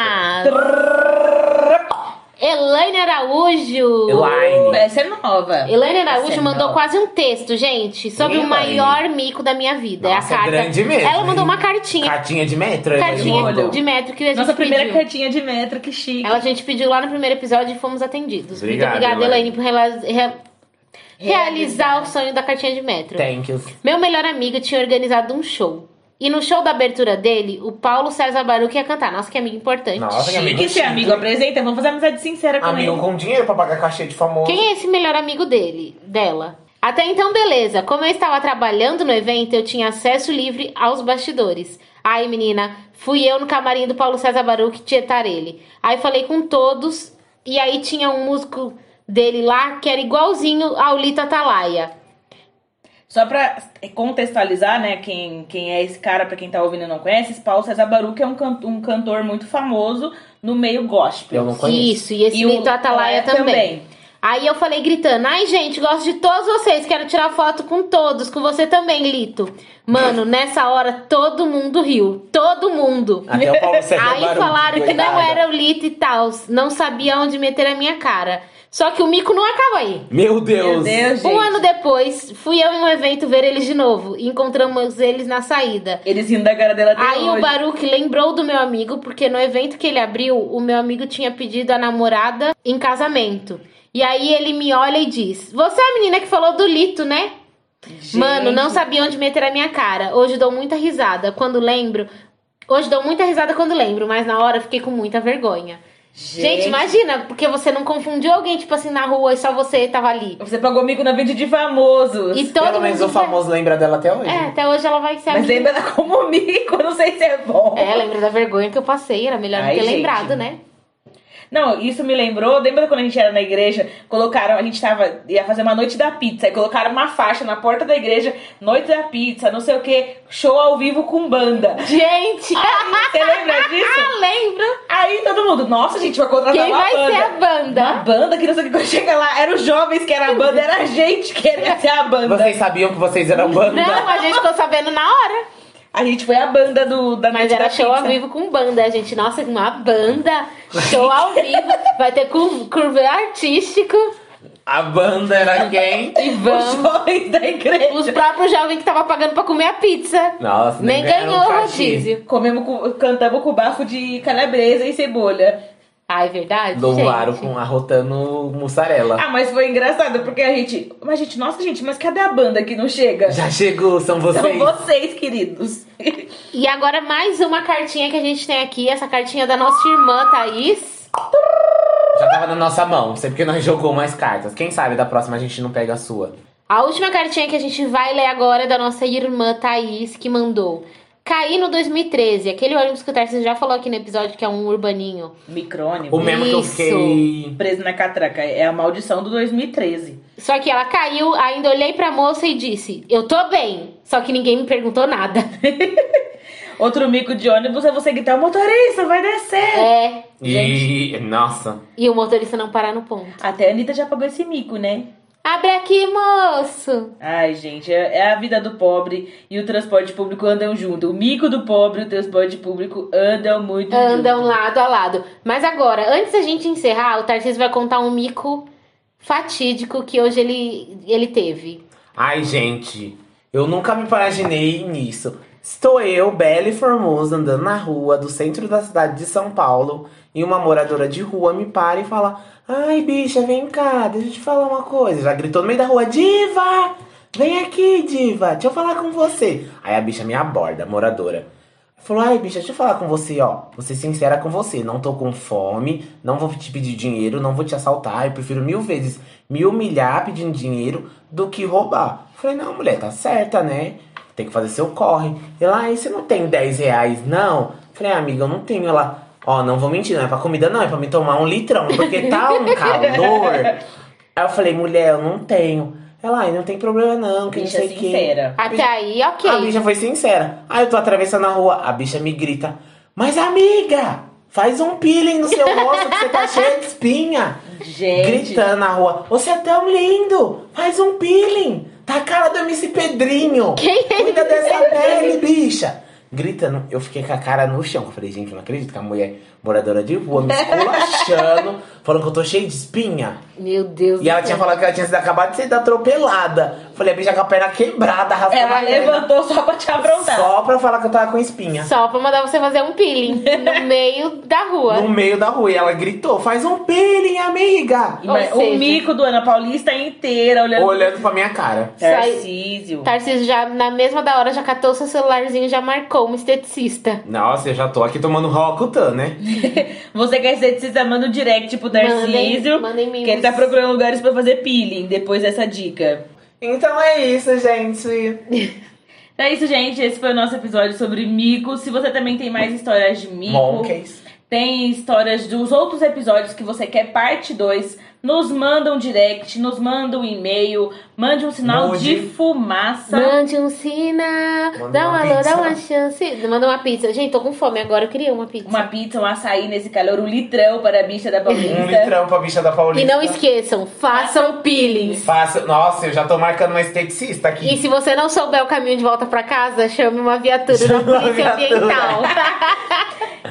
S1: Elaine Araújo.
S2: Elaine.
S3: Essa é nova.
S1: Elaine
S3: Essa
S1: Araújo
S3: é
S1: mandou
S3: nova.
S1: quase um texto, gente, sobre o
S2: Elaine.
S1: maior mico da minha vida.
S2: Nossa,
S1: é a carta.
S2: grande mesmo,
S1: Ela mandou
S2: hein?
S1: uma cartinha.
S2: Cartinha de metro? Elaine
S1: Cartinha
S2: mandou.
S1: de metro que a gente
S3: Nossa primeira
S1: pediu.
S3: cartinha de metro, que chique.
S1: Ela a gente pediu lá no primeiro episódio e fomos atendidos.
S2: Obrigado,
S1: Muito obrigada, Elaine,
S2: Elaine.
S1: por rela- re- realizar o sonho da cartinha de metro.
S2: Thank yous.
S1: Meu melhor amigo tinha organizado um show. E no show da abertura dele, o Paulo César Baruch ia cantar. Nossa, que amigo importante.
S2: Nossa, que
S3: Chique
S2: amigo
S3: esse
S2: chique.
S3: amigo apresenta, vamos fazer amizade sincera com
S2: Amigo
S3: ele.
S2: com dinheiro pra pagar cachê de famoso.
S1: Quem é esse melhor amigo dele? Dela. Até então, beleza. Como eu estava trabalhando no evento, eu tinha acesso livre aos bastidores. Aí, menina, fui eu no camarim do Paulo César Baruch tietar ele. Aí falei com todos, e aí tinha um músico dele lá que era igualzinho ao Lito Atalaia.
S3: Só pra contextualizar, né, quem, quem é esse cara, pra quem tá ouvindo e não conhece, Paulo César Baruch é um, can- um cantor muito famoso no meio gospel.
S2: Eu não conheço.
S1: é Isso, e esse
S3: E o
S1: Lito Atalaia
S3: Atalaia também.
S1: também. Aí eu falei gritando: ai, gente, gosto de todos vocês, quero tirar foto com todos, com você também, Lito. Mano, nessa hora todo mundo riu. Todo mundo.
S2: Até o Paulo César
S1: Aí
S2: Barulho,
S1: falaram que não
S2: coitada.
S1: era o Lito e tal, não sabia onde meter a minha cara. Só que o mico não acaba aí.
S2: Meu Deus.
S3: Meu Deus, gente.
S1: Um ano depois, fui eu em um evento ver eles de novo e encontramos eles na saída.
S3: Eles rindo da cara dela até
S1: Aí
S3: hoje.
S1: o Baruque lembrou do meu amigo, porque no evento que ele abriu, o meu amigo tinha pedido a namorada em casamento. E aí ele me olha e diz: Você é a menina que falou do Lito, né?
S3: Gente.
S1: Mano, não sabia onde meter a minha cara. Hoje dou muita risada quando lembro. Hoje dou muita risada quando lembro, mas na hora fiquei com muita vergonha. Gente, imagina, porque você não confundiu alguém, tipo assim, na rua e só você tava ali.
S3: Você pagou mico na venda de famosos.
S1: E todo
S2: Pelo menos
S1: mundo.
S2: o famoso lembra dela até hoje.
S1: É, até hoje ela vai ser
S3: Mas
S1: amiga.
S3: lembra da como mico, eu não sei se é bom.
S1: É, lembra da vergonha que eu passei, era melhor não
S3: Ai,
S1: ter
S3: gente.
S1: lembrado, né?
S3: Não, isso me lembrou, lembra quando a gente era na igreja, colocaram, a gente tava, ia fazer uma noite da pizza, e colocaram uma faixa na porta da igreja, noite da pizza, não sei o que, show ao vivo com banda.
S1: Gente!
S3: Você lembra disso?
S1: Ah, lembro!
S3: Aí todo mundo, nossa, gente, vai contratar
S1: Quem
S3: uma
S1: vai
S3: banda.
S1: ser a
S3: Uma
S1: banda?
S3: banda que não sei o que, quando chega lá, eram os jovens que era a banda, era a gente que era ser a banda.
S2: Vocês sabiam que vocês eram banda?
S1: Não, a gente ficou sabendo na hora.
S3: A gente foi a banda do, da
S1: Mas
S3: noite
S1: era
S3: da
S1: show ao
S3: pizza.
S1: vivo com banda, gente. Nossa, uma banda. Show ao vivo. Vai ter cur- curva artístico.
S2: A banda era quem?
S1: E
S3: Os
S1: vamos.
S3: jovens da igreja.
S1: Os próprios jovens que tava pagando pra comer a pizza.
S2: Nossa,
S1: Nem
S2: ganharam
S1: ganhou
S2: um
S1: o
S2: cachê.
S1: rodízio.
S3: Comemos, com- cantamos com bafo de calabresa e cebolha.
S1: Ai, verdade.
S2: Louvaram
S1: gente.
S2: com arrotando mussarela.
S3: Ah, mas foi engraçado, porque a gente. Mas, gente, nossa, gente, mas cadê a banda que não
S1: Ah.
S3: chega?
S2: Já chegou, são vocês.
S3: São vocês, queridos.
S1: E agora mais uma cartinha que a gente tem aqui. Essa cartinha é da nossa irmã Thaís.
S2: Já tava na nossa mão, não sei porque nós jogou mais cartas. Quem sabe da próxima a gente não pega a sua.
S1: A última cartinha que a gente vai ler agora é da nossa irmã Thaís, que mandou. Caí no 2013, aquele ônibus que o Tarcísio já falou aqui no episódio que é um urbaninho.
S3: Micrônimo.
S2: O mesmo que eu
S1: Isso.
S2: fiquei.
S3: Preso na catraca. É a maldição do 2013.
S1: Só que ela caiu, ainda olhei pra moça e disse: Eu tô bem. Só que ninguém me perguntou nada.
S3: Outro mico de ônibus é você gritar, o motorista vai descer.
S1: É.
S2: E. Nossa.
S1: E o motorista não parar no ponto.
S3: Até a Anitta já pagou esse mico, né?
S1: Abre aqui, moço!
S3: Ai, gente, é é a vida do pobre e o transporte público andam junto. O mico do pobre e o transporte público andam muito
S1: Andam
S3: junto.
S1: lado a lado. Mas agora, antes da gente encerrar, o Tarcísio vai contar um mico fatídico que hoje ele, ele teve.
S2: Ai, gente, eu nunca me imaginei nisso. Estou eu, bela e formosa, andando na rua do centro da cidade de São Paulo e uma moradora de rua me para e fala: Ai, bicha, vem cá, deixa eu te falar uma coisa. Já gritou no meio da rua: Diva! Vem aqui, diva, deixa eu falar com você. Aí a bicha me aborda, a moradora. Falou, ai, bicha, deixa eu falar com você, ó. Vou ser sincera com você. Não tô com fome, não vou te pedir dinheiro, não vou te assaltar. Eu prefiro mil vezes me humilhar pedindo dinheiro do que roubar. Falei, não, mulher, tá certa, né? Tem que fazer seu corre. Ela, ai, você não tem 10 reais, não? Falei, "Ah, amiga, eu não tenho. Ela, ó, não vou mentir, não é pra comida, não, é pra me tomar um litrão, porque tá um calor. Aí eu falei, mulher, eu não tenho. Ela, ai, não tem problema, não, que
S3: Bicha
S2: não sei o quê.
S3: sincera.
S1: Até aí, ok.
S2: A bicha foi sincera. Aí eu tô atravessando a rua, a bicha me grita: Mas amiga, faz um peeling no seu rosto que você tá cheia de espinha.
S3: Gente.
S2: Gritando na rua: Você é tão lindo, faz um peeling. Tá a cara do MC Pedrinho.
S1: Quem é
S2: Cuida dessa pele, bicha. Gritando, eu fiquei com a cara no chão. Eu falei, gente, eu não acredito que a mulher moradora de rua me esculachando, falando que eu tô cheia de espinha.
S1: Meu Deus
S2: E ela tinha falado que ela tinha sido acabado de ser atropelada. Falei, a bicha com a perna quebrada, rasgando
S3: É, Ela
S2: a perna.
S3: levantou só pra te aprontar.
S2: Só pra falar que eu tava com espinha.
S1: Só pra mandar você fazer um peeling no meio da rua.
S2: No meio da rua. E ela gritou: faz um peeling, amiga!
S3: E mais-
S1: Ou seja-
S3: o mico do Ana Paulista é inteira olhando.
S2: Olhando pra minha cara.
S3: Tarcísio.
S1: Tarcísio já, na mesma da hora, já catou seu celularzinho e já marcou um esteticista.
S2: Nossa, eu já tô aqui tomando Roacutan, né?
S3: Você quer ser esteticista, manda um direct tipo
S1: Mandem-
S3: Tarcísio.
S1: mandem mimos.
S3: que ele tá procurando lugares pra fazer peeling depois dessa dica.
S2: Então é isso, gente.
S3: É isso, gente. Esse foi o nosso episódio sobre mico. Se você também tem mais histórias de mico,
S2: Monkeys.
S3: tem histórias dos outros episódios que você quer parte 2, nos manda um direct, nos manda um e-mail, mande um sinal
S2: Nude.
S3: de fumaça.
S1: Mande um sinal,
S2: Manda
S1: dá um
S2: uma
S1: alô, dá
S2: pizza.
S1: uma chance. Manda uma pizza. Gente, tô com fome agora, eu queria uma pizza.
S3: Uma pizza, um açaí nesse calor, um litrão para a bicha da
S2: Um
S3: Paulista.
S2: litrão pra bicha da
S1: E
S2: Paulista.
S1: não esqueçam, façam peelings.
S2: Faça... Nossa, eu já tô marcando uma esteticista
S1: E
S2: aqui.
S1: se você não souber o caminho de volta pra casa, chame uma viatura
S2: Chame
S1: da
S2: uma
S1: Polícia
S2: viatura.
S1: Ambiental.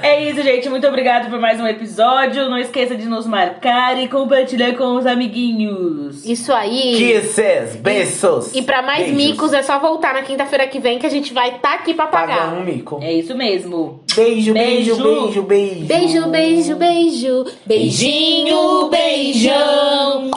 S3: é isso, gente. Muito obrigado por mais um episódio. Não esqueça de nos marcar e compartilhar com os amiguinhos.
S1: Isso aí.
S2: Kisses, beijos.
S1: E pra mais
S2: Beijos.
S1: micos, é só voltar na quinta-feira que vem que a gente vai tá aqui pra pagar.
S2: Pagar um mico.
S3: É isso mesmo.
S2: Beijo,
S3: Beijo.
S2: beijo, beijo, beijo.
S1: Beijo, beijo, beijo. Beijinho, beijão.